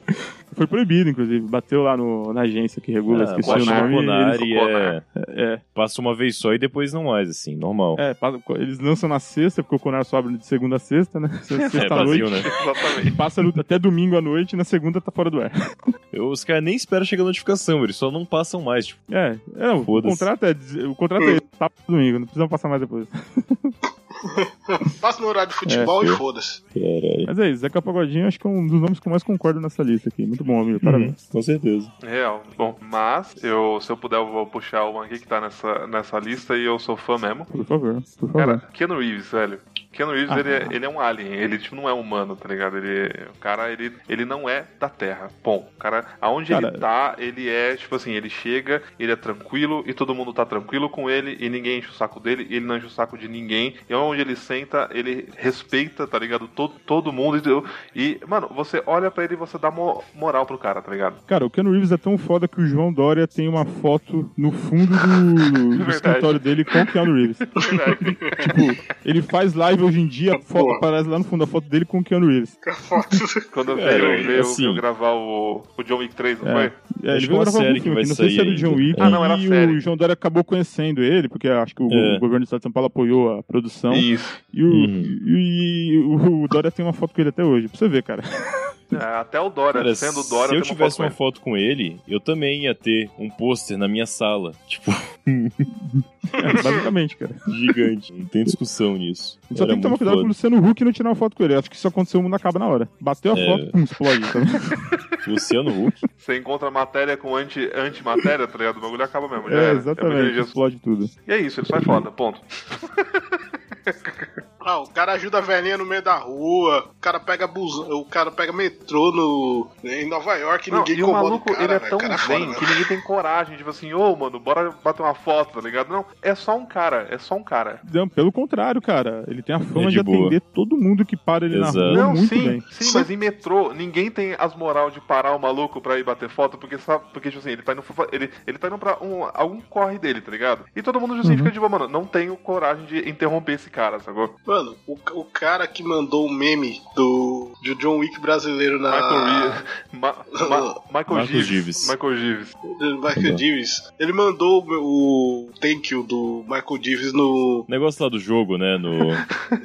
S2: Foi proibido, inclusive. Bateu lá no, na agência que regula,
S5: Ah,
S2: esqueci o
S5: Washington
S2: nome.
S5: Conari
S3: eles-
S5: é...
S2: É,
S5: Passa uma vez só e depois não mais, assim, normal.
S2: é, pa- eles lançam na sexta, porque o Conar só abre de segunda a sexta, né? Sexta à
S5: Brasil,
S2: noite.
S5: né?
S3: Exatamente.
S2: Passa no- até domingo à noite, na segunda tá fora do ar.
S5: Eu- os caras nem esperam chegar a notificação, eles só não passam mais. Tipo,
S2: É, é, o
S5: Foda-se.
S2: contrato é, o contrato é tá domingo, não precisamos passar mais depois.
S4: Passa no horário de futebol
S2: É,
S4: e
S2: sim.
S4: foda-se.
S2: Mas é isso, Zeca Pagodinho acho que é um dos nomes que eu mais concordo nessa lista aqui. Muito bom, amigo. Parabéns.
S5: com certeza.
S3: Real. Bom, mas eu, se eu puder, eu vou puxar uma aqui que tá nessa, nessa lista e eu sou fã mesmo.
S2: Por favor, por favor.
S3: Uhum. Cara, Keanu Reeves, velho. Keanu Reeves,
S5: Ah.
S3: ele, é, ele é um alien. Ele, tipo, não é humano, tá ligado? Ele, o cara, ele, ele não é da Terra. Bom, o cara, aonde ele
S2: Cara.
S3: tá, ele é, tipo assim, ele chega, ele é tranquilo e todo mundo tá tranquilo com ele e ninguém enche o saco dele e ele não enche o saco de ninguém. E onde ele senta, ele respeita, tá ligado? Todo, todo mundo. entendeu? E, mano, você olha pra ele e você dá mo- moral pro cara, tá ligado?
S2: Cara, o Keanu Reeves é tão foda que o João Dória tem uma foto no fundo do, do
S3: Verdade.
S2: escritório dele com o Keanu Reeves.
S3: Verdade.
S2: tipo, ele faz live hoje em dia, a foto
S4: Boa.
S2: aparece lá no fundo da foto dele com o Keanu Reeves.
S4: Fica foda.
S3: Quando eu
S5: Cara,
S3: veio, veio,
S5: assim-
S3: veio gravar o, o John Wick 3, não
S2: É.
S3: foi?
S2: É, ele
S5: Acho que é
S2: veio
S5: uma
S2: gravar
S5: série
S2: algum
S5: que vai
S2: filme, que não sei se é do
S5: sair
S2: John
S5: ainda.
S2: Wick.
S3: Ah, não, era
S2: e
S3: série.
S2: o João Dória acabou conhecendo ele, porque acho que o,
S5: É.
S2: o governo do estado de São Paulo apoiou a
S5: então,
S2: produção.
S3: Isso.
S2: E o,
S5: Uhum.
S2: e- e o Dória tem uma foto com ele até hoje, pra você ver, cara.
S3: É, até o Dora,
S5: Cara,
S3: sendo o Dora,
S5: se eu
S3: tem
S5: tivesse
S3: uma
S5: uma
S3: foto
S5: foto com ele, eu também ia ter um pôster na minha sala. Tipo,
S2: É, Basicamente, cara.
S5: gigante. Não tem discussão nisso.
S2: Só
S5: Era
S2: tem que tomar
S5: muito
S2: cuidado
S5: foda.
S2: pro Luciano Huck não tirar uma foto com ele. Acho que isso aconteceu, o mundo acaba na hora. Bateu a
S5: É.
S2: foto, pum, explode. Tá?
S5: Luciano Huck.
S3: com ele. Você encontra matéria com anti, antimatéria, tá ligado? O bagulho acaba mesmo. já
S2: É,
S3: era. muito
S2: exatamente.
S3: disso.
S2: explode tudo.
S3: E é isso, ele sai foda, ponto.
S4: Ah, o cara ajuda a velhinha no meio da rua, o cara pega busão, o cara pega metrô no, em Nova York,
S3: Não,
S4: ninguém
S3: e o
S4: incomoda
S3: maluco,
S4: o cara,
S3: ele é
S4: velho,
S3: tão
S4: o cara é foda,
S3: zen
S4: velho.
S3: que ninguém tem coragem, tipo assim, ô, mano, bora bater uma foto, tá ligado? Não, é só um cara, é só um cara.
S2: Não, pelo contrário, cara. Ele tem a fama
S5: É de
S2: de, atender
S5: boa.
S2: todo mundo que para ele
S5: Exato.
S2: na rua
S3: Não,
S2: É muito
S3: sim,
S2: bem.
S3: sim,
S4: Sim.
S3: mas em metrô, ninguém tem as moral de parar o maluco pra ir bater foto, porque sabe, porque tipo assim, ele tá indo, fa- ele, ele tá indo pra um, algum corre dele, tá ligado? E todo mundo justifica,
S2: Uhum.
S3: tipo, mano, não tenho coragem de interromper esse cara, sacou?
S4: Mano, o, o cara que mandou o meme do, do John Wick brasileiro na.
S3: Michael Reeves, Ma- Ma- Michael
S5: Michael
S3: Gives,
S5: Gives.
S3: Michael Gives.
S4: do Michael Davis. Ele mandou o meu- o thank you do Michael Davis no.
S5: Negócio lá do jogo, né? No,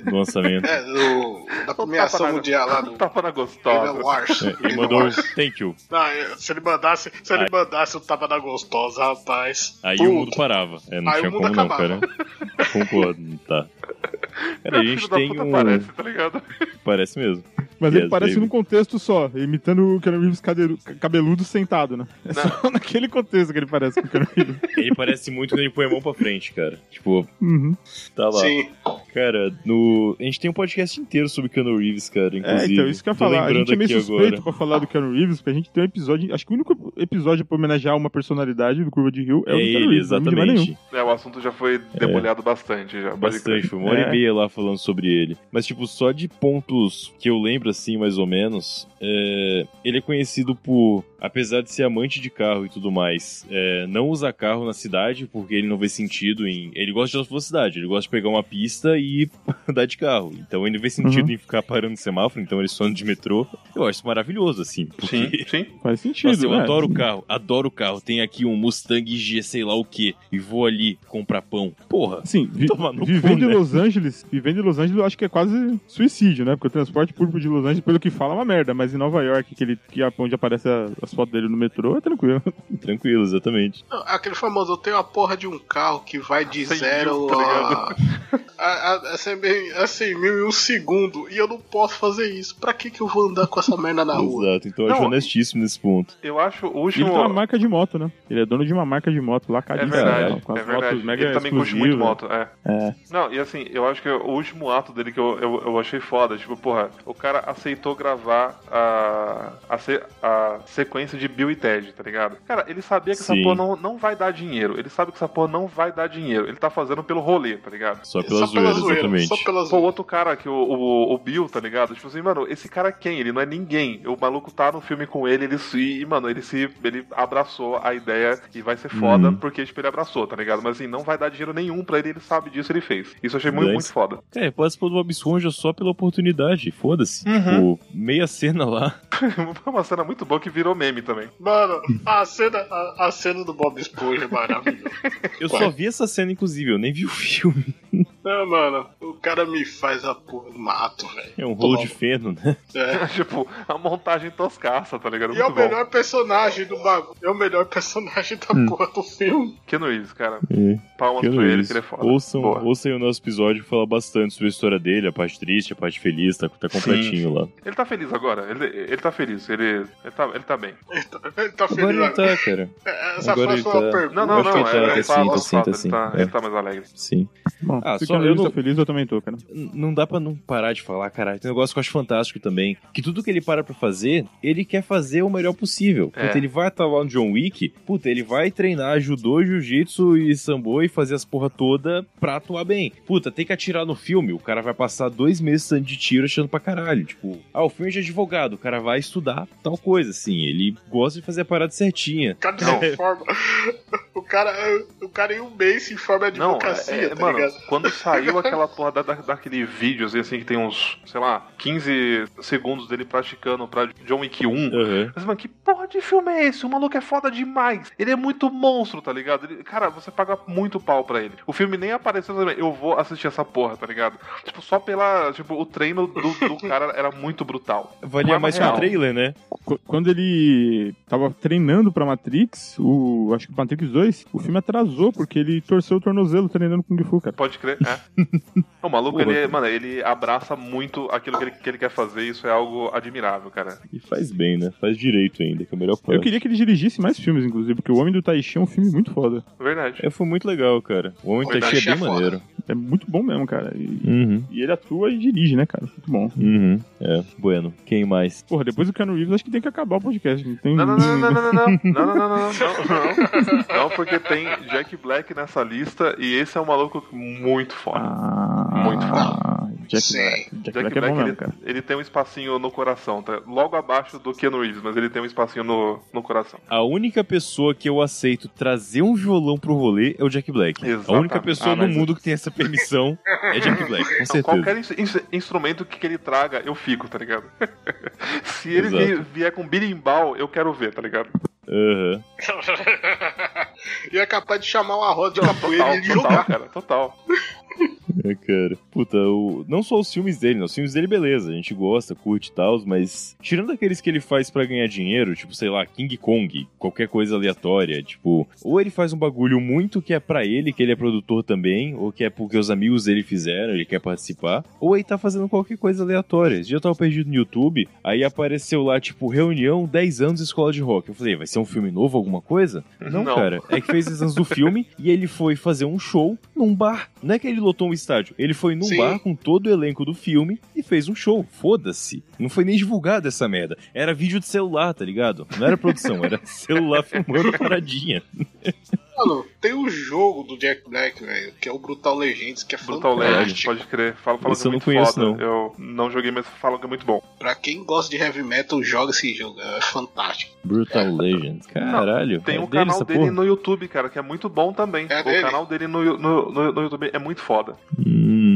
S5: no lançamento.
S4: É, no, na
S3: Tapa
S4: premiação
S3: na-
S4: mundial lá do.
S3: Tapa na
S4: Game
S3: gostosa.
S4: Awards.
S5: É,
S4: Game
S5: ele mandou um
S4: Awards.
S5: thank you.
S4: Não, eu- se ele mandasse, se ele
S5: Aí-
S4: mandasse o tapa da gostosa, rapaz.
S5: Aí
S4: Puta.
S5: o mundo parava. É, não
S4: Aí
S5: tinha
S4: o mundo
S5: como não, cara.
S4: acabava.
S5: Concordo, tá. Cara, a
S3: Filho
S5: gente
S3: da
S5: tem
S3: puta
S5: um.
S3: Parece, tá ligado?
S5: Parece mesmo.
S2: Mas
S5: Yes,
S2: ele parece
S5: baby.
S2: num contexto só, imitando o Keanu Reeves cadeiru- cabeludo sentado, né? É só naquele contexto que ele parece com o Keanu Reeves.
S5: Ele parece muito quando ele põe a mão pra frente, cara. Tipo,
S2: Uhum.
S5: tá lá.
S4: Sim.
S5: Cara, no... a gente tem um podcast inteiro sobre Keanu Reeves, cara,
S2: É,
S5: inclusive.
S2: então, isso que eu ia
S5: Tô
S2: falar. A
S5: lembrando
S2: gente é meio
S5: aqui
S2: suspeito
S5: agora.
S2: pra falar do Keanu Reeves, porque a gente tem um episódio. Acho que o único episódio pra homenagear uma personalidade do Curva de Rio é,
S5: É
S2: o do Keanu
S5: ele,
S2: Reeves. não é de mais nenhum.
S5: exatamente.
S3: É, o assunto já foi debulhado bastante, já. pode crer.
S5: Bastante, foi uma hora
S2: É.
S5: e meia lá falando sobre ele. Mas, tipo, só de pontos que eu lembro, assim, mais ou menos, é, ele é conhecido por, apesar de ser amante de carro e tudo mais, é, não usar carro na cidade, porque ele não vê sentido em... Ele gosta de alta velocidade, ele gosta de pegar uma pista e andar de carro. Então ele não vê sentido em ficar parando no semáforo, então ele só anda de metrô. Eu acho isso maravilhoso, assim, porque...
S3: Sim, sim.
S2: Faz sentido.
S5: Nossa, eu
S2: né?
S5: adoro o carro, adoro o carro. Tem aqui um Mustang G, sei lá o que, e vou ali comprar pão. Porra,
S2: Assim, vi-
S5: Tomar no
S2: vivendo
S5: cu,
S2: em
S5: né?
S2: Los Angeles, vivendo em Los Angeles, eu acho que é quase suicídio, né? Porque o transporte público de Los Angeles, pelo que fala, é uma merda. Mas em Nova York, que ele, que é onde aparece a- as fotos dele no metrô, é tranquilo.
S5: tranquilo, exatamente.
S4: Não, Aquele famoso, eu tenho a porra de um carro que vai de
S3: Cem mil,
S4: zero
S3: tá
S4: a, a, a, a, 100 mil- a 100 mil em um segundo. E eu não posso fazer isso. Pra que, que eu vou andar com essa merda na rua?
S5: Exato, então eu acho
S3: Não,
S5: honestíssimo nesse ponto.
S3: Eu acho
S2: E
S3: o
S2: ele
S3: último.
S2: tem uma marca de moto, né? Ele é dono de uma marca de moto lá,
S3: É
S2: caríssima.
S3: verdade,
S2: né? com as
S3: é verdade.
S2: motos mega
S3: ele também curte muito
S2: exclusivas.
S3: moto, é. Não, e assim, eu acho que o último ato dele que eu, eu, eu achei foda, tipo, porra, o cara aceitou gravar a, a, se- a sequência de Bill e Ted, tá ligado? Cara, ele sabia que essa
S5: Sim.
S3: porra não, não vai dar dinheiro, ele sabe que essa porra não vai dar dinheiro, ele tá fazendo pelo rolê, tá ligado?
S5: Só pela zoeira, é, exatamente.
S4: só pela
S3: Pô, o
S4: zoeira.
S3: outro cara que o, o, o Bill, tá ligado? Tipo assim, mano, esse cara é quem? Ele não é ninguém. O maluco tá no filme com ele, ele se. E, mano, ele se. Ele abraçou a ideia e vai ser
S5: Uhum.
S3: foda, porque, tipo, ele abraçou, tá ligado? Mas assim, não vai dar dinheiro nenhum pra ele, ele sabe disso, ele fez. Isso eu achei muito,
S5: Nice.
S3: muito foda.
S5: Cara, participou É, do Bob Esponja só pela oportunidade, foda-se.
S3: Uhum.
S5: Tipo, meia cena lá.
S3: Foi uma cena muito boa que virou meme também.
S4: Mano, a cena, a, a cena do Bob Esponja é maravilhosa.
S5: Eu só vi essa cena, inclusive, eu nem vi o filme.
S4: Não, mano, o cara me faz a porra do mato, velho.
S5: É um rolo de feno, né?
S4: É.
S3: tipo, a montagem toscaça, tá ligado?
S4: E é
S3: Muito
S4: o
S3: bom.
S4: melhor personagem do bagulho. É o melhor personagem da
S5: Hum.
S4: porra do filme.
S3: Keanu Reeves, cara.
S5: É.
S3: Palmas pra ele, que ele é foda.
S5: ouçam,
S3: Boa.
S5: ouçam aí o nosso episódio falar bastante sobre a história dele, a parte triste, a parte feliz, tá, tá completinho lá.
S3: Ele tá feliz agora, ele, ele tá feliz, ele, ele, tá, ele tá bem.
S4: Ele tá, ele tá feliz
S5: Agora ele
S4: agora.
S5: tá, cara.
S4: Essa
S5: agora
S4: frase
S5: ele
S4: foi uma
S5: tá-
S4: pergunta.
S3: Não, não,
S5: Acho
S3: não,
S5: que ele tá-
S3: é,
S5: tá
S3: ele
S5: sim,
S3: tá
S5: tá sim, tá
S3: avançado,
S5: sim,
S3: ele tá-
S5: é.
S3: ele tá mais alegre.
S5: Sim.
S2: Bom,
S5: Ah,
S2: se o
S5: só-
S2: Keanu
S5: eu
S2: Reeves
S5: não-
S2: tá feliz, eu também tô, cara.
S5: N- não dá pra não parar de falar, caralho. Tem um negócio que eu acho fantástico também. Que tudo que ele para pra fazer, ele quer fazer o melhor possível.
S3: É.
S5: Puta, ele vai estar lá no John Wick, puta, ele vai treinar judô, jiu-jitsu e sambo e fazer as porra toda pra atuar bem. Puta, tem que atirar no filme, o cara vai passar dois meses estando de tiro achando pra caralho. Tipo, ah, o filme é de advogado, o cara vai estudar tal coisa, assim. Ele gosta de fazer a parada certinha.
S4: Cada
S3: Não.
S4: forma. O cara, o cara em um mês se forma em
S3: Não,
S4: advocacia,
S3: é- é-
S4: tá
S3: mano,
S4: ligado?
S3: quando saiu aquela porra da, da- daquele vídeo, assim, assim, que tem uns, sei lá, 15 segundos dele praticando pra John Wick 1.
S5: Aham.
S3: Mas, mano, que porra de filme é esse? O maluco é foda demais. Ele é muito monstro, tá ligado? Ele- cara, você paga muito pau pra ele. O filme nem apareceu também. Eu vou assistir essa porra, tá ligado? Tipo, só pela. Tipo, o treino do, do cara era muito brutal.
S5: Valia
S3: Arma
S5: mais que
S3: real.
S5: um trailer, né?
S2: Qu- Quando ele tava treinando pra Matrix, o, acho que Matrix 2, o filme atrasou, porque ele torceu o tornozelo treinando Kung Fu, cara.
S3: Pode crer, é. O maluco,
S5: Porra.
S3: ele, mano, ele abraça muito aquilo que ele, que ele quer fazer. Isso é algo admirável, cara.
S5: E faz bem, né? Faz direito ainda, que é o melhor
S2: Eu
S5: parte.
S2: queria que ele dirigisse mais filmes, inclusive, porque O Homem do Taichi é um filme muito foda.
S3: Verdade.
S5: É, foi muito legal, cara. O Homem
S4: Foi
S5: Taxi é
S4: da
S5: bem
S4: chefola.
S5: maneiro.
S2: É muito bom mesmo, cara. E,
S5: Uhum,
S2: e ele atua e dirige, né, cara? Muito bom.
S5: uhum. É, bueno. Quem mais?
S2: Porra, depois do Keanu Reeves, acho que tem que acabar o podcast. Não tem...
S3: Não, não, não, não, não, não, não, não, não, não, não, não, não, não, não, porque tem Jack Black nessa lista e esse é um maluco muito foda.
S2: Ah,
S3: Muito
S2: foda. Jack
S4: Sim.
S2: Black. Jack, Black, é bom mesmo, cara.
S3: ele, ele tem um espacinho no coração, tá? Logo abaixo do Keanu Reeves, mas ele tem um espacinho no, no coração.
S5: A única pessoa que eu aceito trazer um violão pro rolê é o Jack Black.
S3: Exatamente.
S5: A única pessoa
S3: Ah,
S5: no
S3: mas-
S5: mundo que tem essa permissão é Jack Black, com
S3: Não,
S5: certeza.
S3: qualquer ins- ins- instrumento que, que ele traga, eu fico, tá ligado? Se ele
S5: Exato.
S3: vi- vier com birimbau, eu quero ver, tá ligado?
S5: Aham.
S4: e é capaz de chamar uma roda de
S3: Total,
S4: capoeira e ele
S3: total,
S4: jogar.
S3: cara, total.
S5: É, cara. Puta, o... não só os filmes dele, né? Os filmes dele, beleza. A gente gosta, curte e tal, mas tirando aqueles que ele faz pra ganhar dinheiro, tipo, sei lá, King Kong, qualquer coisa aleatória, tipo, ou ele faz um bagulho muito que é pra ele, que ele é produtor também, ou que é porque os amigos dele fizeram, ele quer participar, ou ele tá fazendo qualquer coisa aleatória. Esse dia eu tava perdido no YouTube, aí apareceu lá, tipo, reunião 10 anos escola de rock. Eu falei, vai ser um filme novo, alguma coisa? Não,
S3: Não.
S5: cara. É que fez os anos do filme e ele foi fazer um show num bar. Não é que ele lotou um estádio. Ele foi num
S4: Sim.
S5: bar com todo o elenco do filme e fez um show. Foda-se. Não foi nem divulgado essa merda. Era vídeo de celular, tá ligado? Não era produção, era celular filmando paradinha.
S4: Mano, tem o jogo do Jack Black, velho, que é o Brutal Legends, que é
S3: Brutal Legend,
S4: fantástico.
S3: pode crer. Fala, fala
S5: Esse
S3: que é
S5: eu não
S3: muito
S5: conheço,
S3: foda.
S5: não.
S3: Eu não joguei, mas falam que é muito bom.
S4: Pra quem gosta de heavy metal, joga esse jogo, é fantástico.
S5: Brutal Legends. Caralho.
S3: Tem
S5: é
S3: um
S5: dele
S3: canal
S5: essa
S3: dele
S5: porra?
S3: no YouTube, cara, que é muito bom também.
S4: É
S3: o
S4: dele?
S3: canal dele no, no, no, no YouTube é muito foda.
S5: Hum.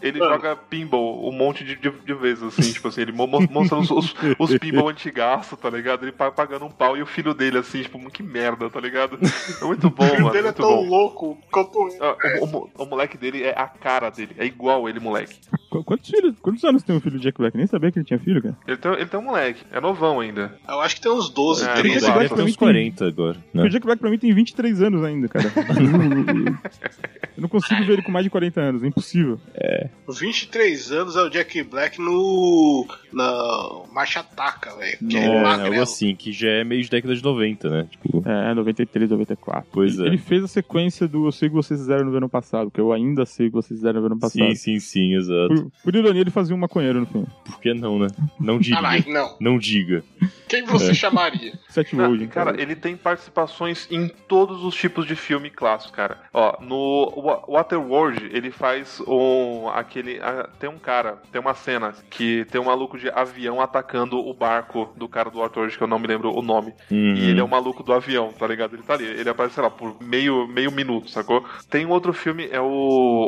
S3: Ele
S4: Mano.
S3: joga pinball um monte de, de, de vezes, assim, tipo assim, ele mo- mo- mostra os, os, os pinball antigaço, tá ligado? Ele pa- pagando um pau e o filho dele, assim, tipo, que merda, tá ligado? É muito bom,
S4: O filho
S3: mano.
S4: dele é
S3: muito
S4: tão
S3: bom.
S4: louco quanto eu.
S3: Ah, o, o mo- o moleque dele é a cara dele, é igual ele, moleque.
S2: Qu- Quantos, filhos, quantos anos tem o filho do Jack Black? Nem sabia que ele tinha filho, cara.
S3: Ele tem, ele tem um moleque, é novão ainda.
S4: Eu acho que tem uns 12,
S3: É,
S5: Ele
S4: 13
S2: Jack
S5: deve
S2: Black
S5: ter
S2: pra mim
S5: uns
S2: tem-
S5: 40 agora.
S2: Porque
S5: né?
S2: O Jack Black pra mim tem 23 anos ainda, cara. Eu não consigo ver ele com mais de 40 anos, é impossível.
S4: 23 anos é o Jack Black no. na Marcha Ataca, velho. Que é,
S5: É, algo
S4: magrelo.
S5: assim, que já é meio de década de 90, né? Tipo,
S2: É, 93, 94.
S5: Pois é.
S2: Ele fez a sequência do Eu Sei O Que Vocês Fizeram no Verão Passado, que eu ainda sei o que vocês fizeram no verão passado.
S5: sim, sim, sim, exato.
S2: Por, por ironia, ele fazia um maconheiro no filme.
S5: Por que não, né?
S3: Ah,
S5: Não
S4: Caralho,
S5: diga.
S4: não.
S5: Não diga.
S4: Quem você
S3: É.
S4: chamaria?
S2: Seth
S3: Não,
S2: Rogen.
S3: cara, ele tem participações em todos os tipos de filme clássico, cara. Ó, no Wa- Waterworld, ele faz um. aquele. ah, tem um cara, tem uma cena que tem um maluco de avião atacando o barco do cara do Waterworld, que eu não me lembro o nome.
S5: Uhum.
S3: E ele é o maluco do avião, tá ligado? Ele tá ali, ele aparece, sei lá, por meio, meio minuto, sacou? Tem um outro filme, é o.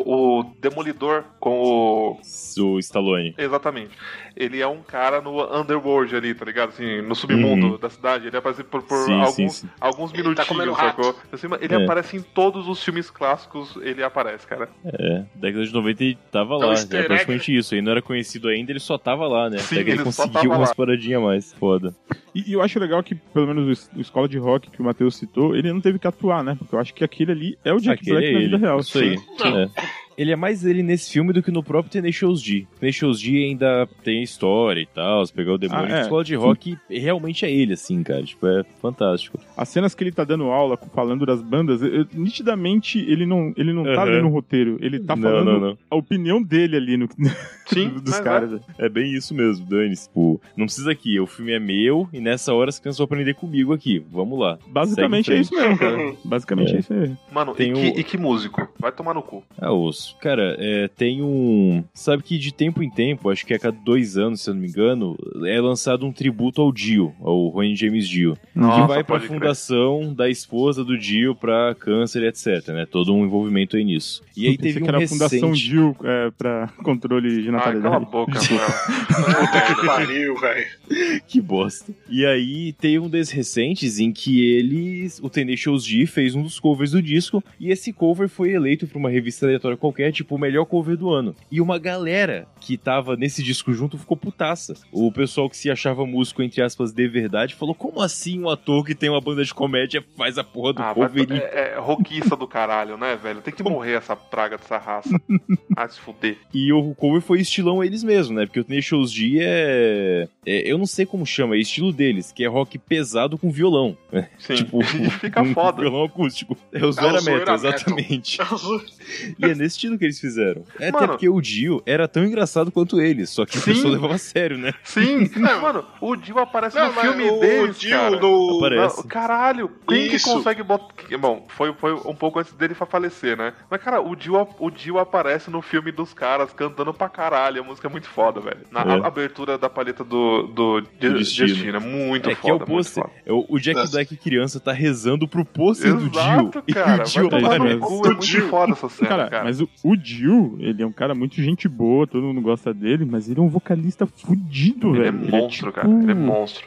S3: O Demolidor com o.
S5: O Stallone.
S3: Exatamente. Ele é um cara no underworld ali, tá ligado? Assim, no submundo
S5: Uhum.
S3: da cidade. Ele aparece por, por
S5: Sim, sim,
S3: alguns,
S5: sim.
S3: alguns
S4: Ele tá comendo
S3: minutinhos,
S4: rato.
S3: sacou? Assim, mas ele
S5: É.
S3: aparece em todos os filmes clássicos, ele aparece, cara.
S5: É, década de 90 ele tava
S4: Então,
S5: lá,
S4: easter
S5: era
S4: egg.
S5: praticamente isso. Ele não era conhecido ainda, ele só tava lá, né?
S3: Sim,
S5: Até que ele,
S3: ele só
S5: conseguiu
S3: tava
S5: umas
S3: lá.
S5: paradinhas a mais, foda.
S2: E, e eu acho legal que, pelo menos, o es- o escola de rock que o Matheus citou, ele não teve que atuar, né? Porque eu acho que aquele ali é o Jack
S5: Aquele
S2: Black
S5: é
S2: na
S5: ele,
S2: vida real.
S5: isso aí. É. Ele é mais ele nesse filme do que no próprio Tenacious D. Tenacious D ainda tem história e tal, se pegar o demônio.
S2: Ah, é.
S5: A escola de rock realmente é ele, assim, cara. Tipo, é fantástico.
S2: As cenas que ele tá dando aula, falando das bandas, eu- eu- nitidamente ele não, ele não tá
S5: Aham.
S2: lendo o roteiro, ele tá
S5: Não,
S2: falando
S5: não, não.
S2: a opinião dele ali no,
S3: Sim,
S2: dos
S3: mas
S2: caras.
S5: É bem isso mesmo, Dani. Tipo, não precisa aqui, o filme é meu e nessa hora as crianças vão aprender comigo aqui. Vamos lá.
S2: Basicamente
S5: Segue em
S2: é isso mesmo, cara. Basicamente é, isso aí.
S3: é. Mano,
S5: Tem
S3: e, que,
S5: o-
S3: e que músico? Vai tomar no cu.
S5: Ah, os isso. Cara, é, tem um. Sabe que de tempo em tempo, acho que a cada dois anos, se eu não me engano, é lançado um tributo ao Dio, ao Ronnie James Dio. que vai pra
S3: pode crer.
S5: fundação da esposa do Dio pra câncer, etc. Né? Todo um envolvimento aí nisso. E aí teve
S2: Pensei
S5: um
S2: que era a Fundação
S5: recente...
S2: Dil é, pra controle de
S3: Ah, cala a
S2: natalidade.
S3: boca, mano.
S4: Puta que pariu, velho.
S5: Que bosta. E aí tem um desses recentes em que eles, o Tenacious D fez um dos covers do disco e esse cover foi eleito por uma revista aleatória qualquer, tipo o melhor cover do ano. E uma galera que tava nesse disco junto ficou putaça. O pessoal que se achava músico entre aspas de verdade falou: "Como assim um ator que tem uma banda de comédia faz a porra do
S3: Ah, vai,
S5: cover?" E-
S3: é, é roquiça do caralho, né, velho? Tem que morrer essa praga dessa raça. Ah, se fuder.
S5: E o cover foi estilão eles mesmos, né? Porque o Tenacious D é... é eu não sei como chama, é estilo deles, que é rock pesado com violão.
S3: Sim.
S5: Tipo,
S3: E fica
S5: um
S3: foda.
S5: violão acústico. É o
S4: zoeira
S5: Zoeira Metal,
S4: metal.
S5: exatamente. E é nesse estilo que eles fizeram. É até
S3: Mano.
S5: porque o Dio era tão engraçado quanto eles, só que o
S3: Sim.
S5: pessoal levava a sério, né?
S3: Sim, mano, o Dio aparece
S4: Não,
S3: no
S4: mas
S3: filme
S4: o
S3: deles,
S4: Dio
S3: cara.
S4: no.
S5: Aparece.
S3: Não, caralho, quem que
S4: Isso.
S3: consegue botar. que- Bom, foi, foi um pouco antes dele fa- falecer, né? Mas, cara, o Dio, o Dio aparece no filme dos caras cantando pra caralho. A música é muito foda, velho. Na
S5: É.
S3: a- abertura da palheta do, do, de,
S5: Do Destino.
S3: Destino. é muito
S5: é que é o
S3: foda. muito
S5: pôster.
S3: foda.
S5: É o, o Jack
S4: Nossa.
S5: Black criança tá rezando pro pôster do Dio.
S3: Exato, cara.
S5: e o Dio
S3: vai tomar no
S5: aparece.
S3: cu, é
S4: Do
S3: muito
S4: Dio.
S3: foda essa cena,
S2: Cara,
S3: cara.
S2: mas o, o Dil, ele é um cara muito gente boa, todo mundo gosta dele, mas ele é um vocalista fudido,
S3: Ele é
S2: velho.
S3: monstro,
S2: tipo-
S3: cara. Ele é monstro.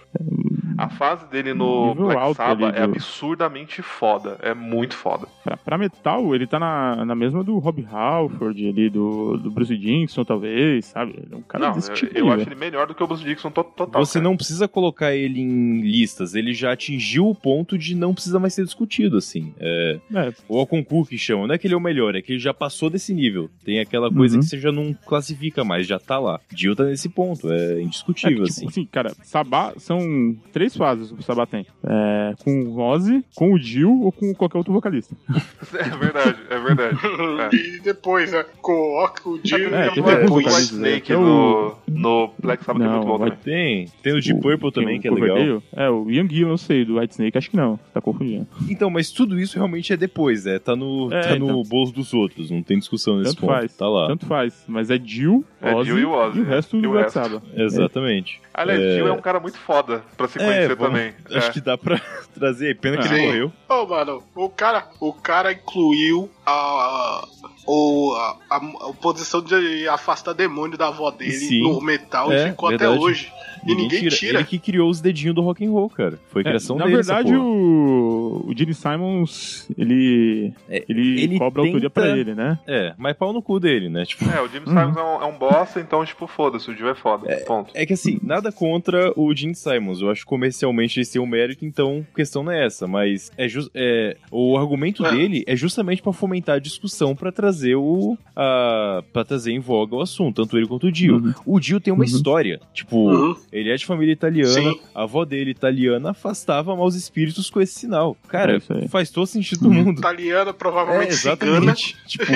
S3: A fase dele no
S2: Nível
S3: Black
S2: alto
S3: Sabbath
S2: ali
S3: é
S2: do-
S3: absurdamente foda. É muito foda.
S2: Pra, pra metal, ele tá na, na mesma do Rob Halford ali, do, do Bruce Dickinson, talvez, sabe? Ele é um cara
S3: não,
S2: desse
S3: eu,
S2: tipo
S3: eu
S2: aí,
S3: acho
S2: velho.
S3: ele melhor do que o Bruce Dixon to- total.
S5: Você
S3: cara.
S5: não precisa colocar ele em listas, ele já atingiu o ponto de não precisar mais ser discutido, assim. É,
S2: É,
S5: ou ao concurso que chama, não é que ele é o melhor, é que ele já passou desse nível. Tem aquela coisa
S2: Uhum.
S5: que você já não classifica mais, já tá lá. Dio tá nesse ponto, é
S2: É,
S5: indiscutível,
S2: tipo,
S5: assim.
S2: cara, Sabá são três fases o Sabá tem. É, com o Ozzy, com o Jill ou com qualquer outro vocalista.
S3: É verdade, é verdade.
S4: E depois, né? Coloca o Dio
S2: É,
S4: e a
S2: tem
S3: Não é
S4: mulher
S2: vários
S3: o
S4: com
S3: White
S2: vocalistas,
S4: isso.
S2: né?
S3: Snake
S2: Até o-
S3: no, no Black Sabbath é
S2: Não,
S3: muito bom
S2: vai-
S3: também.
S5: Tem, tem o Deep
S2: O-
S5: Purple
S2: tem
S5: também,
S2: o
S5: que é
S2: Coverdale.
S5: legal.
S2: É, o Ian Gillan, eu sei, do White Snake, acho que não. Tá confundindo.
S5: Então, mas tudo isso realmente é depois, né? Tá no,
S2: É,
S5: tá no
S2: então.
S5: bolso dos outros, não tem discussão nesse
S2: Tanto
S5: ponto.
S2: faz.
S5: Tá lá.
S2: Tanto faz. Mas é Jill,
S3: É
S2: Ozzy,
S3: Jill e o Ozzy,
S2: o
S3: é.
S2: resto
S3: E
S2: do
S3: o
S2: Black
S3: resto.
S2: Sabbath.
S5: Exatamente.
S3: Aliás,
S5: É.
S3: Jill é um cara muito foda pra se
S5: É,
S3: conhecer
S5: vamos-
S3: também.
S5: Acho
S3: É.
S5: que dá pra trazer aí. Pena
S4: Ah.
S5: que ele
S2: É.
S4: Sim.
S5: morreu.
S4: Ô, mano, o cara, o cara incluiu a, o- a, a, a posição de afastar demônio da avó dele
S5: Sim.
S4: no metal
S5: É,
S4: e ficou
S5: verdade.
S4: até hoje. E ninguém tira.
S5: Ele que criou os dedinhos do rock and roll, cara. Foi a
S2: É,
S5: criação
S2: na
S5: dele. essa
S2: verdade,
S5: porra.
S2: o, o Gene Simons, ele,
S5: É,
S2: ele,
S5: ele
S2: cobra autoria
S5: tenta-
S2: pra ele, né?
S5: É, mas pau no cu dele, né? Tipo.
S3: É, o Jimmy Simons é um, é um bosta, então, tipo, foda-se, o Jill é foda. Ponto.
S5: É que assim, nada contra o Gene Simons. Eu acho que comercialmente eles têm um mérito, então a questão não é essa. Mas é jus- é, o argumento
S2: Ah.
S4: É.
S5: dele é justamente pra fomentar a discussão, pra trazer o. A, pra trazer em voga o assunto, tanto ele quanto o Dio.
S2: Uhum.
S5: O Dio tem uma
S2: Uhum.
S5: história. Tipo,
S4: Uhum.
S5: ele é de família italiana,
S4: Sim.
S5: a avó dele, italiana, afastava maus espíritos com esse sinal. Cara,
S2: É isso aí. Uhum. Tá,
S5: faz todo sentido do mundo.
S4: Italiana,
S5: É,
S4: provavelmente cigana.
S5: exatamente. tipo.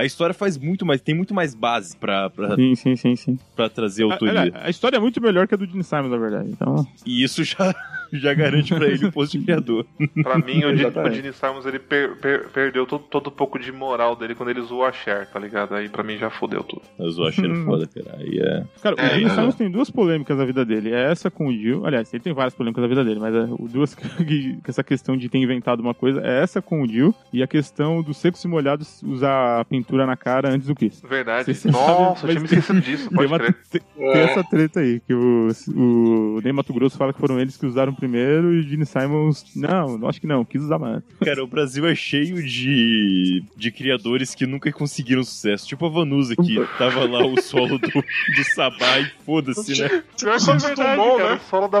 S5: A história faz muito mais, tem muito mais base pra, pra,
S2: Sim, sim, sim, sim.
S5: pra trazer
S2: A,
S5: autoria.
S2: olha, a história é muito melhor que a do Gene Simons, na verdade. Então,
S5: E isso já, já garante pra ele o posto de criador.
S3: Pra mim, o Gene- o
S2: Exatamente.
S3: Gene Simons, ele per- per- perdeu todo, todo um pouco de moral dele quando ele zoou a Cher, tá ligado? Aí, pra mim, já fodeu tudo.
S5: Mas eu achei ele foda, cara. Aí é.
S2: Cara,
S4: É,
S2: o Gene
S4: não.
S2: Simons tem duas polêmicas na vida dele. É essa com o Dio. Aliás, ele tem várias polêmicas na vida dele, mas é, o duas que que essa questão de ter inventado uma coisa é essa com o Dio e a questão do secos e molhados usar a pintura na cara antes do Kiss.
S3: Verdade.
S2: Vocês sabem,
S3: Nossa, eu
S2: mas
S3: tinha me esquecido disso, pode
S2: Tem uma-
S3: crer.
S2: tem- tem essa treta aí, que o, o Ney Mato Grosso fala que foram eles que usaram primeiro e o Gene Simons, não, não acho que não, quis usar mais.
S5: Cara, o Brasil é cheio de, de criadores que nunca conseguiram sucesso. Tipo a Vanusa, que tava lá o solo do, do Sabá e foda-se, né?
S3: Pior que
S4: Isso
S3: é
S4: é
S3: verdade,
S4: bom,
S3: cara.
S4: né?
S3: O solo da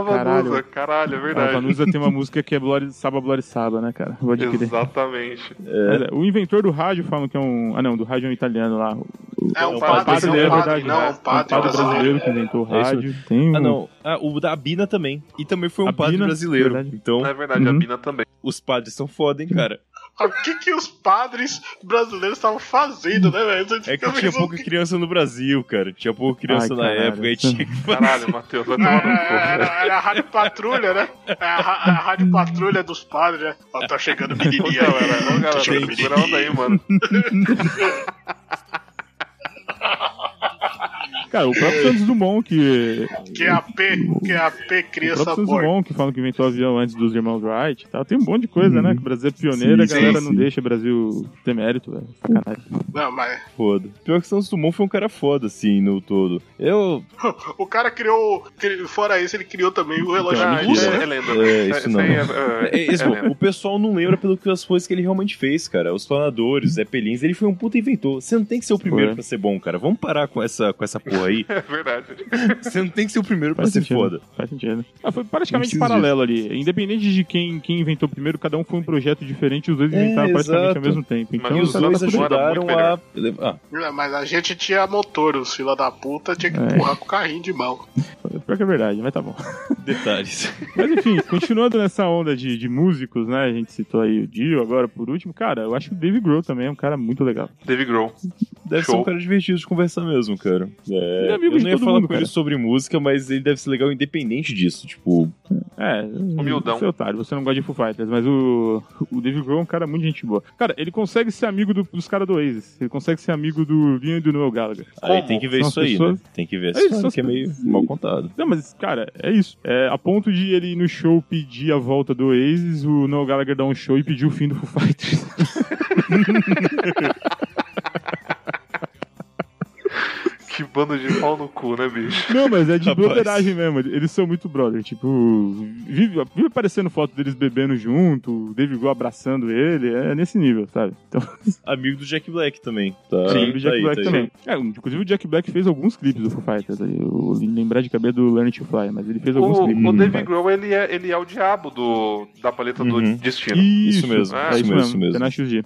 S2: Caralho.
S3: Vanusa. Caralho, é
S2: A
S3: verdade.
S2: Ah, Vanusa tem uma música que é Blore, Saba Blore Saba, né, cara? Pode crer.
S3: Exatamente.
S2: Mas é, O inventor do rádio falam que é um... Ah, não, do rádio é um italiano lá.
S4: É
S5: É um
S4: um padre,
S5: padre,
S4: não,
S2: é
S4: é um
S2: verdade,
S4: padre, não, é um
S3: né?
S2: É um
S4: padre
S2: padre
S4: brasileiro.
S2: brasileiro que inventou o
S5: É isso
S2: rádio. Tem um...
S5: Ah, não. Ah, o da Abina também. E também foi um
S2: A
S5: padre
S2: Bina,
S5: brasileiro.
S2: verdade.
S5: Então,
S3: É verdade, a
S2: Uhum.
S3: Bina também.
S5: os padres são foda, hein, cara.
S4: Ah, O que, que os padres brasileiros estavam fazendo, né, velho?
S5: É que tinha pouca criança no Brasil, cara. Tinha pouca criança
S2: Ai,
S5: na
S2: caralho.
S5: época e tinha que fazer.
S3: Caralho, Matheus, vai tomar no cu.
S4: É, Era,
S3: velho.
S4: era, era a rádio patrulha, né? É a, ra- a rádio patrulha dos padres, né? Ó, tá chegando menininha,
S3: Ô, galera, ô,
S4: galera. Tá
S3: galera,
S4: chegando
S3: segura a onda aí,
S4: menininha.
S3: mano.
S2: Cara, o próprio Santos Dumont, que.
S4: QAP, QAP cria
S2: O
S4: essa
S2: próprio Santos
S4: borda.
S2: Dumont, que falam que inventou o avião antes dos irmãos Wright e tal. Tem um monte de coisa,
S5: Uhum.
S2: né? Que o Brasil é pioneiro,
S4: Sim,
S2: a galera
S5: sim,
S2: não
S5: sim.
S2: deixa o Brasil ter mérito, velho. Sacanagem.
S4: Não, mas
S5: Foda. Pior que o Santos Dumont foi um cara foda, assim, no todo. Eu.
S4: o cara criou, cri- fora isso, ele criou também o relógio
S3: Ah,
S4: russo,
S3: isso
S4: né?
S3: é lenda.
S5: É, isso não.
S3: aí
S5: É,
S3: é, é,
S5: isso,
S3: é lenda.
S5: o pessoal não lembra pelo que as coisas que ele realmente fez, cara. Os planadores, Zé Pelins, ele foi um puta inventor. Você não tem que ser o primeiro
S2: Foi.
S5: pra ser bom, cara. Vamos parar com essa, com essa porra aí.
S3: É verdade.
S5: Você não tem que ser o primeiro pra
S2: Faz
S5: ser
S2: sentido.
S5: foda.
S2: Faz sentido, né? Ah, foi
S5: Não
S2: praticamente
S5: preciso
S2: paralelo ali. Independente de quem, quem inventou primeiro, cada um foi um projeto diferente e os dois
S5: É,
S2: inventaram praticamente
S5: exato.
S2: ao mesmo tempo. Então,
S3: E
S5: E
S3: os
S5: os
S2: tá
S3: dois
S5: dois
S2: nada por aí.
S3: ajudaram
S5: ajudaram a. Ah,
S4: Não, Mas a gente tinha motor, os fila da puta tinha que
S2: É.
S4: empurrar com o carrinho de mão.
S2: Pior que é verdade, mas tá bom.
S5: detalhes.
S2: Mas enfim, continuando nessa onda de, de músicos, né? A gente citou aí o Dio agora por último. Cara, eu acho que o Dave Grohl também é um cara muito legal.
S3: Dave Grohl.
S5: Deve
S3: Show.
S5: ser um cara divertido de conversar mesmo, cara. É,
S2: Ele é amigo
S5: eu
S2: de
S5: não ia
S2: todo
S5: falar
S2: mundo,
S5: com
S2: cara.
S5: ele sobre música, mas ele deve ser legal independente disso. Tipo,
S2: É,
S3: Humildão.
S2: Seu otário, você não gosta de Foo Fighters, mas o, o Dave Grohl é um cara muito gente boa. Cara, ele consegue ser amigo do- dos caras do Oasis. Ele consegue ser amigo do Liam e do Noel Gallagher.
S5: aí tem que ver
S2: São
S5: isso
S2: as
S5: aí,
S2: pessoas-
S5: né? Tem que ver
S2: É isso,
S5: essa
S2: são
S5: história
S2: as
S5: que é meio
S2: pessoas-
S5: mal contado.
S2: Não, mas, cara, é isso. É, a ponto de ele ir no show pedir a volta do Oasis, o Noel Gallagher dar um show e pedir o fim do Foo Fighters.
S3: Que bando de pau no cu, né, bicho?
S2: Não, mas é de
S5: Rapaz.
S2: brotheragem mesmo. Eles são muito brother. Tipo, vive, vive aparecendo foto deles bebendo junto, o Dave Grohl abraçando ele. É nesse nível, sabe? Então,
S5: Amigo do Jack Black também. Tá,
S2: Sim, o
S5: tá
S2: Jack
S5: aí,
S2: Black
S5: tá aí.
S2: também. É, inclusive o Jack Black fez alguns clipes do Foo Fighters. aí. Eu lembrar de cabeça do Learn to Fly, mas ele fez alguns
S3: O,
S2: clipes.
S3: o
S2: do
S3: Dave
S2: Foo Fighters.
S3: Grohl, ele é, ele é o diabo do, da paleta do
S5: Uhum.
S3: destino.
S2: Isso,
S5: Isso mesmo,
S2: é isso
S3: isso
S5: mesmo,
S2: mesmo.
S5: isso mesmo.
S2: Tenacious D.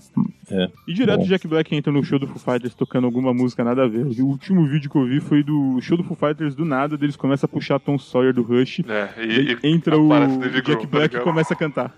S5: É.
S2: E direto
S5: Bom.
S2: o Jack Black entra no show do Foo Fighters tocando alguma música nada a ver. O último vídeo que eu vi foi do show do Foo Fighters do nada, deles começam a puxar Tom Sawyer do Rush.
S3: É,
S2: E,
S3: e, e-
S2: entra o
S3: aparece Dave Grohl,
S2: Jack
S3: tá
S2: Black e
S3: ligado?
S2: começa a cantar.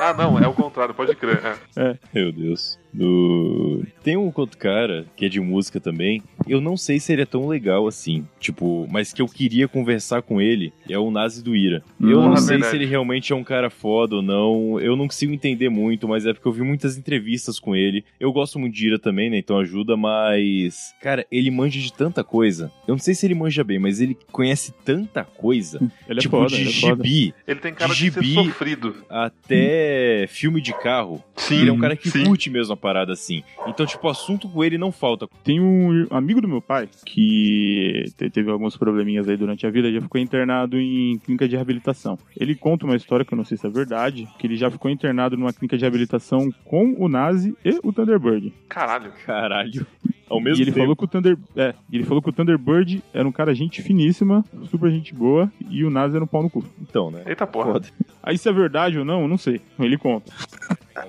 S3: Ah, não, é o contrário, pode crer. É.
S5: Meu Deus. Do... Tem um outro cara que é de música também. Eu não sei se ele é tão legal assim. Tipo, mas que eu queria conversar com ele. É o Nazi do Ira. Eu
S2: Hum,
S5: não
S2: é
S5: sei
S3: verdade.
S5: se ele realmente é um cara foda ou não. Eu não consigo entender muito, mas é porque eu vi muitas entrevistas com ele. Eu gosto muito de Ira também, né? Então ajuda, mas. Cara, ele manja de tanta coisa. Eu não sei se ele manja bem, mas ele conhece tanta coisa.
S2: Ele é
S5: tipo,
S2: foda,
S5: de
S2: ele é foda.
S5: gibi
S3: Ele tem cara de, ser
S5: Gibi.
S3: sofrido.
S5: até filme de carro.
S3: Sim,
S5: Ele é um cara que
S3: sim.
S5: curte mesmo a parada assim. Então, tipo, assunto com ele não falta.
S2: Tem um amigo do meu pai que te- teve alguns probleminhas aí durante a vida, já ficou internado em clínica de reabilitação. Ele conta uma história que eu não sei se é verdade, que ele já ficou internado numa clínica de reabilitação com o Nazi e o Thunderbird.
S3: Caralho.
S5: Caralho. Ao mesmo
S2: e ele
S5: tempo.
S2: falou que o Thunder, é, e ele falou que o Thunderbird era um cara gente finíssima, super gente boa e o Nazi era um pau no cu.
S5: Então, né?
S3: Eita porra.
S5: Foda.
S2: Aí se é verdade ou não, eu não sei. Ele conta.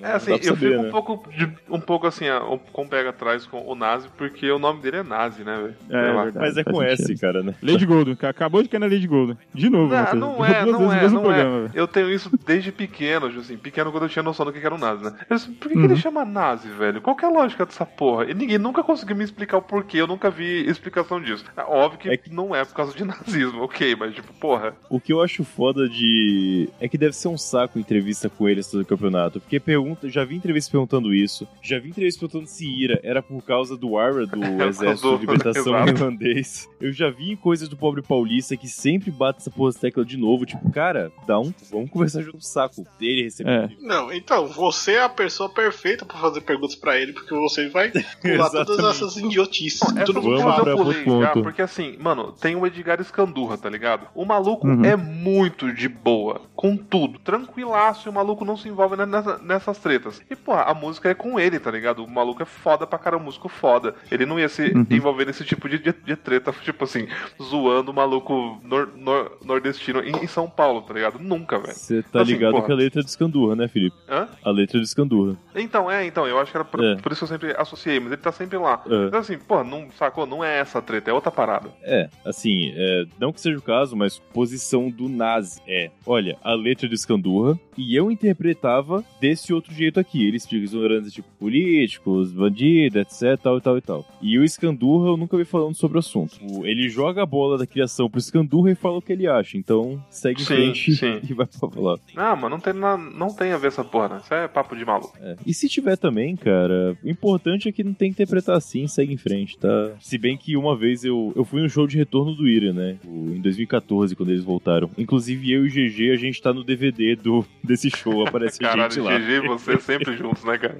S3: É assim,
S5: Não
S3: eu
S5: dá pra saber,
S3: fico um
S5: né?
S3: pouco de- um pouco assim, ah, um- com pega atrás com o Nazi, porque o nome dele é Nazi, né, velho?
S2: É,
S3: Sei lá.
S2: verdade,
S5: Mas é
S2: faz
S5: com
S2: sentido.
S5: S, cara, né?
S2: Lady Golden, ca- acabou de cair na Lady Golden. De novo,
S3: Não,
S2: Matheus.
S3: não
S2: Duas
S3: é,
S2: vezes
S3: não
S2: no
S3: é,
S2: mesmo
S3: não
S2: programa,
S3: é.
S2: velho.
S3: Eu tenho isso desde pequeno, tipo assim, pequeno quando eu tinha noção do que que era o Nazi, né? Eu disse, por que, que
S2: Uhum.
S3: ele chama Nazi, velho? Qual que é a lógica dessa porra? E ninguém nunca conseguiu me explicar o porquê, eu nunca vi explicação disso. É Óbvio que,
S5: É
S3: não é por causa de nazismo, ok, mas tipo, porra.
S5: O que eu acho foda de. É que deve ser um saco entrevista com ele antes do campeonato. Porque pergunta. Já vi entrevista perguntando isso. Já vi entrevista perguntando se Ira era por causa do IRA do Exército
S3: do-
S5: de Libertação
S3: Exato.
S5: Irlandês. Eu já vi coisas do pobre paulista que sempre bate essa porra de tecla de novo. Tipo, cara, dá um. Vamos conversar junto um saco um dele receber.
S2: É.
S4: Não, então, você é a pessoa perfeita pra fazer perguntas pra ele, porque você vai pular todas
S5: Exatamente.
S4: essas idiotices.
S3: Essa
S4: Tudo
S5: vamos
S3: porra
S4: bom.
S5: pra
S3: eu
S5: outro
S3: pulei já,
S5: ponto.
S3: porque assim, mano, tem o Edgar Escandurra, tá ligado? O maluco
S2: Uhum.
S3: é muito de boa, com tudo, tranquilaço, e o maluco não se envolve ne- nessa- nessas tretas. E, porra, a música é com ele, tá ligado? O maluco é foda pra cara, o músico foda. Ele não ia se envolver nesse tipo de, de, de treta, tipo assim, zoando o maluco nor- nor- nordestino em, em São Paulo, tá ligado? Nunca, velho.
S5: Você tá
S3: Assim,
S5: ligado
S3: porra.
S5: que a letra é do Escandurra, né, Felipe?
S3: Hã?
S5: A letra é do Escandurra.
S3: Então, é, então, eu acho que era por,
S5: É.
S3: por isso que eu sempre associei, mas ele tá sempre lá.
S5: É.
S3: Então, assim, porra, não, sacou? Não é essa treta, é outra parada.
S5: É, assim, é, não que seja o caso, mas posição do Nazi é: olha, a letra do Escandurra e eu interpretava desse outro jeito aqui. Ele explica ignorância, tipo, políticos, bandidos, etc, tal e tal e tal. E o Escandurra eu nunca vi falando sobre o assunto. O- Ele joga a bola da criação pro Escandurra e fala o que ele acha. Então, segue em
S3: Sim,
S5: frente
S3: sim.
S5: e vai pra lá.
S3: Não, mano, não tem, na- não tem a ver essa porra, né? Isso é papo de maluco.
S5: E se tiver também, cara, o importante é que não tem que interpretar assim, segue em frente, tá? Se bem que uma vez eu, eu fui no show de retorno do Ira, né? O- Em 2014, quando eles voltaram. Inclusive, eu e o GG, a gente tá no DVD do, desse show, aparece a
S3: Caralho,
S5: gente lá.
S3: GG, você sempre juntos, né, cara?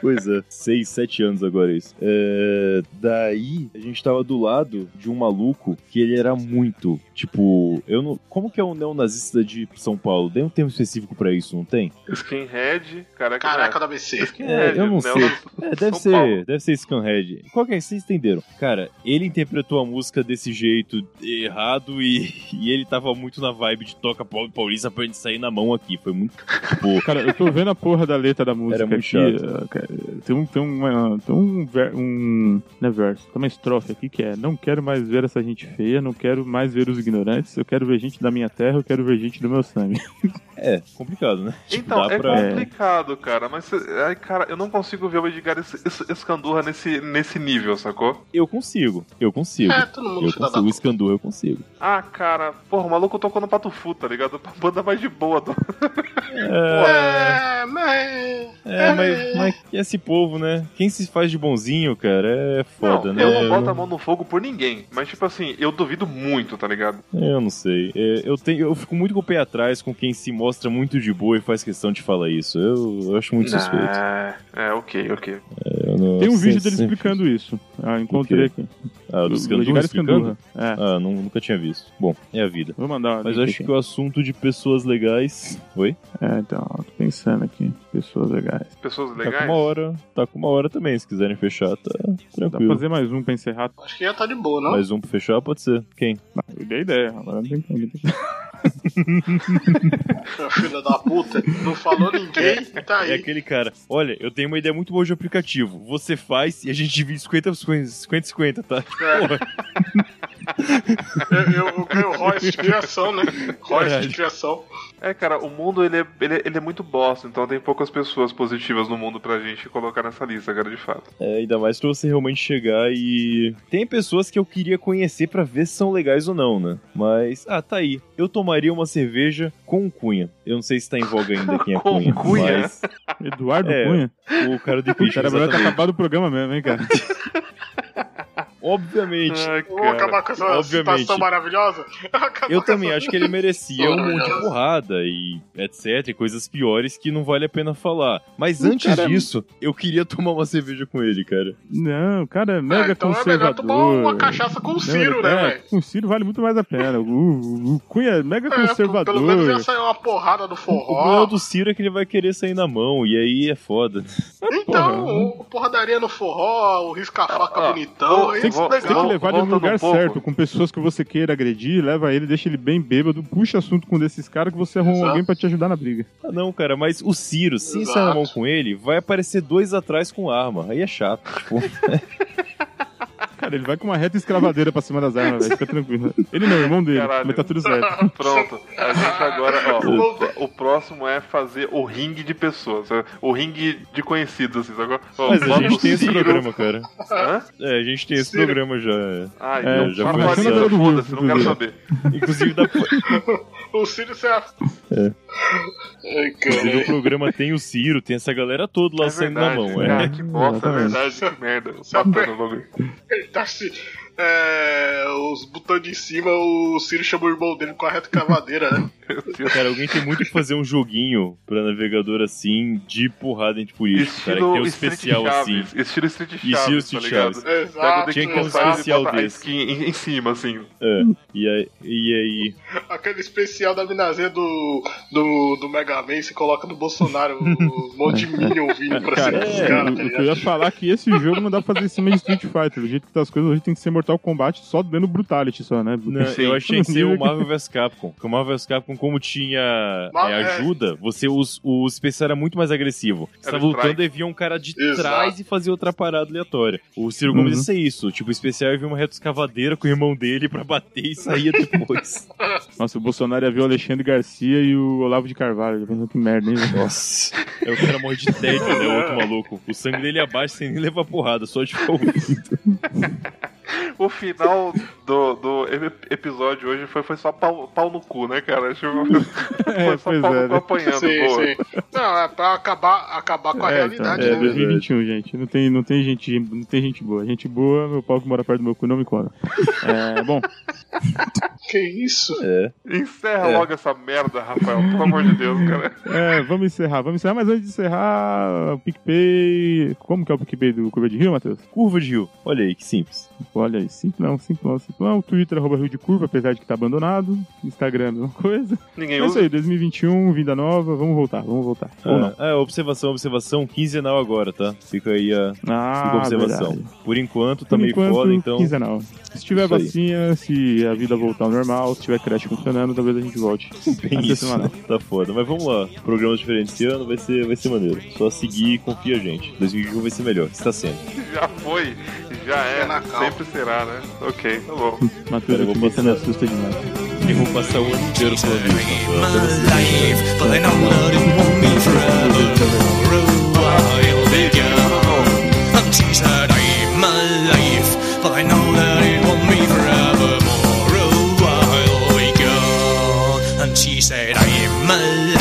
S5: Pois é, seis, sete anos agora isso. É, daí, a gente tava do lado de um maluco que ele era muito, tipo, eu não... Como que é um neonazista de São Paulo? Tem um termo específico pra isso, não tem?
S3: Skinhead, caraca.
S4: Caraca, da
S3: né?
S4: ABC.
S3: Skinhead,
S5: É, eu não
S3: né?
S5: sei. É, deve
S3: São
S5: ser,
S3: Paulo.
S5: deve ser Scanhead. Qualquer, vocês entenderam. Cara, ele interpretou a música desse jeito errado e, e ele tava muito na vibe de toca Paulo e Paulista pra gente sair na mão aqui. Foi muito. Tipo,
S2: Cara, eu tô vendo a porra da letra da música
S5: Era muito
S2: aqui.
S5: chato.
S2: ah, cara, Tem um. Tem, uma, tem um, ver, um. Não é verso. Tem uma estrofe aqui que é: Não quero mais ver essa gente feia, não quero mais ver os ignorantes, eu quero ver gente da minha terra, eu quero ver gente do meu sangue.
S5: é, complicado, né? Tipo,
S3: Então,
S5: dá
S3: é
S5: pra.
S3: complicado, cara, mas cê- ai, cara, eu não consigo ver o Edgar es- es- escandurra nesse, nesse nível, sacou?
S5: Eu consigo, eu consigo.
S4: É, todo mundo
S5: Eu
S4: filha da
S5: consigo, o
S4: puta.
S5: Escandurra eu consigo.
S3: Ah, cara, porra, o maluco tocou no Patufu, tá ligado? Pra banda mais de boa do
S5: É,
S4: É, mas.
S5: é, mas, mas esse povo, né? Quem se faz de bonzinho, cara, é foda,
S3: não,
S5: né?
S3: Eu não boto a mão no fogo por ninguém. Mas, tipo assim, eu duvido muito, tá ligado?
S5: Eu não sei. É, Eu, tenho, eu fico muito com o pé atrás com quem se mostra muito de boa e faz questão de falar isso. Eu, eu acho muito suspeito.
S3: Ah, É, ok, ok.
S5: Eu não-
S2: Tem um
S5: sem-
S2: vídeo dele
S5: sem-
S2: explicando isso. Ah, encontrei aqui.
S5: Ah,
S2: Tá
S5: do Escandurra
S2: Edgar
S5: explicando?
S2: É,
S5: Ah, não- nunca tinha visto. Bom, é a vida.
S2: vou mandar. o
S5: Mas eu
S2: link
S5: acho
S2: aqui.
S5: que o assunto de pessoas legais. Oi? Tá
S2: É, então, tô pensando aqui. Pessoas legais.
S3: Pessoas
S5: Tá com
S3: legais?
S5: uma hora. Tá com uma hora também. Se quiserem fechar, tá
S2: Dá pra
S5: tranquilo.
S2: fazer mais um pra encerrar?
S4: Acho que já tá de boa, não?
S5: Mais um pra fechar, pode ser. Quem?
S2: Eu dei ideia, agora não tem como.
S4: Filha da puta. Não falou ninguém, tá
S5: É
S4: aí.
S5: aquele cara. Olha, eu tenho uma ideia muito boa de aplicativo. Você faz e a gente divide 50 50, 50 tá?
S4: Eu, eu, eu ganho Royce de criação, né? Royce
S5: Caralho.
S4: de criação.
S3: É, cara, o mundo ele é, ele, é- ele é muito bosta, então tem poucas pessoas positivas no mundo pra gente colocar nessa lista, cara, de fato.
S5: É, ainda mais pra você realmente chegar e. Tem pessoas que eu queria conhecer pra ver se são legais ou não, né? Mas. Ah, tá aí. Eu tomaria uma cerveja com o Cunha. Eu não sei se tá em voga ainda quem é
S3: Com
S5: Cunha.
S3: Cunha?
S5: Mas
S2: Eduardo
S5: É,
S2: Cunha?
S5: o cara do
S2: O
S5: Pitch,
S2: cara melhor tá
S5: exatamente.
S2: acabado o programa mesmo, hein, cara?
S5: Obviamente.
S3: Ai,
S4: Vou
S3: cara.
S4: acabar com essa
S5: obviamente.
S4: citação maravilhosa. Acabar
S5: Eu
S4: com essa- É,
S5: também acho que ele merecia um monte de porrada e etc. E coisas piores que não vale a pena falar. Mas
S2: O
S5: antes
S2: cara- é
S5: disso, eu queria tomar uma cerveja com ele, cara.
S2: Não, o cara é
S4: Ah,
S2: mega
S4: então é melhor
S2: conservador.
S4: tomar uma cachaça com o Ciro,
S2: Não,
S4: né,
S2: é,
S4: velho?
S2: Com o Ciro vale muito mais a pena. O, o- o Cunha é mega
S4: É,
S2: conservador.
S4: Pelo menos já saiu uma porrada do
S5: O problema
S4: forró.
S5: do Ciro é que ele vai querer sair na mão, e aí é foda.
S4: Então, o porradaria no forró, o risca-faca
S3: Ah,
S4: bonitão.
S3: ah,
S4: é
S2: Tem que,
S4: isso
S3: Vol-
S2: tem que
S4: legal.
S3: vol-
S2: levar ele
S3: volta
S2: no lugar
S3: um pouco.
S2: certo, com pessoas que você queira agredir, leva ele, deixa ele bem bêbado, puxa assunto com um desses caras que você arruma
S4: Exato.
S2: alguém pra te ajudar na briga.
S5: Ah, não, cara, mas o Ciro, se
S4: Exato.
S5: sair na mão com ele, vai aparecer dois atrás com arma. Aí é chato. Tipo,
S2: Cara, ele vai com uma reta escravadeira pra cima das armas, velho. Fica tranquilo. Ele não, o irmão dele,
S3: Caralho.
S2: mas tá tudo certo.
S3: Pronto, a gente agora, ó, o, o próximo é fazer o ringue de pessoas, é, o ringue de conhecidos, assim, agora.
S5: mas a gente tem esse programa, cara.
S3: Hã?
S5: É, a gente tem esse
S4: Ciro.
S5: programa já. é.
S3: Ah,
S2: É,
S3: então,
S5: já
S3: já
S5: começou.
S3: foda-se, não quero saber.
S5: Inclusive, dá pra-
S4: O Ciro se af... Ai,
S5: inclusive, o
S4: cara.
S5: um programa tem o Ciro, tem essa galera toda lá
S3: é
S5: saindo
S3: verdade,
S5: na mão.
S3: Cara,
S5: É.
S3: que bosta, é verdade, que merda. Matando o bagulho.
S4: Ele tá se. É, os botões de cima, o Ciro chamou o irmão dele com a reta cavadeira, né?
S3: Meu Deus.
S5: Cara, alguém tem muito que fazer um joguinho pra navegador assim, de porrada entre políticos, cara. Que tem um
S3: Street
S5: especial assim.
S3: Chaves, Estilo Street
S5: Estilo
S3: Chaves,
S5: Street
S3: tá ligado?
S5: Chaves.
S3: Pega o
S4: Exato.
S5: Tinha que
S3: Dequinho
S5: ter um
S4: exato.
S3: Fábio e
S5: especial
S3: bota a
S5: desse.
S3: skin em, em cima, assim.
S5: É. E aí, e aí?
S4: Aquele especial da Minazinha do, do, do Mega Man, você coloca no Bolsonaro, um monte de minion vindo pra cima
S2: Cara,
S4: dos
S2: é,
S4: caras, tá
S2: eu, eu
S4: ligado?
S2: ia falar que esse jogo não dá pra fazer em cima de Street Fighter. Do jeito que tá as coisas, hoje tem que ser Mortal Kombat só dando brutality só, né?
S5: Não, eu achei que seria o
S2: Nível
S5: Marvel vs Capcom. Porque o Marvel vs Capcom como tinha
S4: Mas,
S5: é,
S4: é.
S5: ajuda, você os, o especial era muito mais agressivo. Você
S3: Era
S5: tava lutando
S3: strike.
S5: e via um cara de
S4: Exato.
S5: trás e fazia outra parada aleatória. O Ciro Gomes
S2: Uhum.
S5: ia ser isso. Tipo, o especial via uma reta escavadeira com o irmão dele pra bater e saía depois.
S2: Nossa, o Bolsonaro ia ver o Alexandre Garcia e o Olavo de Carvalho. Ele pensou, Que merda, hein? velho?"
S5: Nossa. É o cara morre de tédio, né? O outro maluco. O sangue dele abaixo sem nem levar porrada, só de fogo.
S3: O final do, do ep- episódio hoje foi, foi só pau, pau no cu, né, cara? Tipo,
S2: É,
S3: foi só
S2: pois
S3: pau
S2: é.
S3: no cu
S2: né?
S3: apanhando,
S4: Sim,
S3: boa.
S4: sim. Não, é pra acabar, acabar com a
S2: É,
S4: realidade,
S2: então, é,
S4: né?
S2: 2021, gente. Não tem, não, tem gente, não tem gente boa. Gente boa, meu pau que mora perto do meu cu não me cola. É, bom,
S4: Que isso?
S3: Encerra
S5: É.
S3: logo essa merda, Rafael, pelo amor de Deus, cara.
S2: é, vamos encerrar. Vamos encerrar, mas antes de encerrar, o PicPay. Como que é o PicPay do Curva de Rio, Matheus?
S5: Curva de rio. Olha aí, que simples.
S2: Olha aí, simplão, simplão, simplão. Twitter, arroba Rio de Curva, apesar de que tá abandonado. Instagram, mesma coisa.
S3: Ninguém
S2: É isso
S3: usa.
S2: aí, 2021, vinda nova, vamos voltar, vamos voltar. Ou não.
S5: um- Ah, é, observação, observação, quinzenal agora, tá? Fica aí a,
S2: Ah,
S5: fica a observação.
S2: verdade.
S5: Por enquanto, tá
S2: Por
S5: meio
S2: enquanto,
S5: foda, então.
S2: quinzenal. Se tiver
S5: Isso aí.
S2: vacina, se a vida voltar ao normal, se tiver creche funcionando, talvez a gente volte.
S5: Bem
S2: Até
S5: isso,
S2: semana.
S5: né? Tá foda. Mas vamos lá. Programa diferente esse ano vai ser, vai ser maneiro. Só seguir e confia, gente. 2021 vai ser melhor. Está sendo.
S3: Já foi, já é,
S4: Fica na calma.
S3: sempre será, né? Ok, tá bom.
S2: Matheus,
S5: Cara, eu vou
S2: otimista me assusta demais.
S5: Eu vou passar o ano inteiro falando isso. tá? Até você.
S6: She said, I'm alive.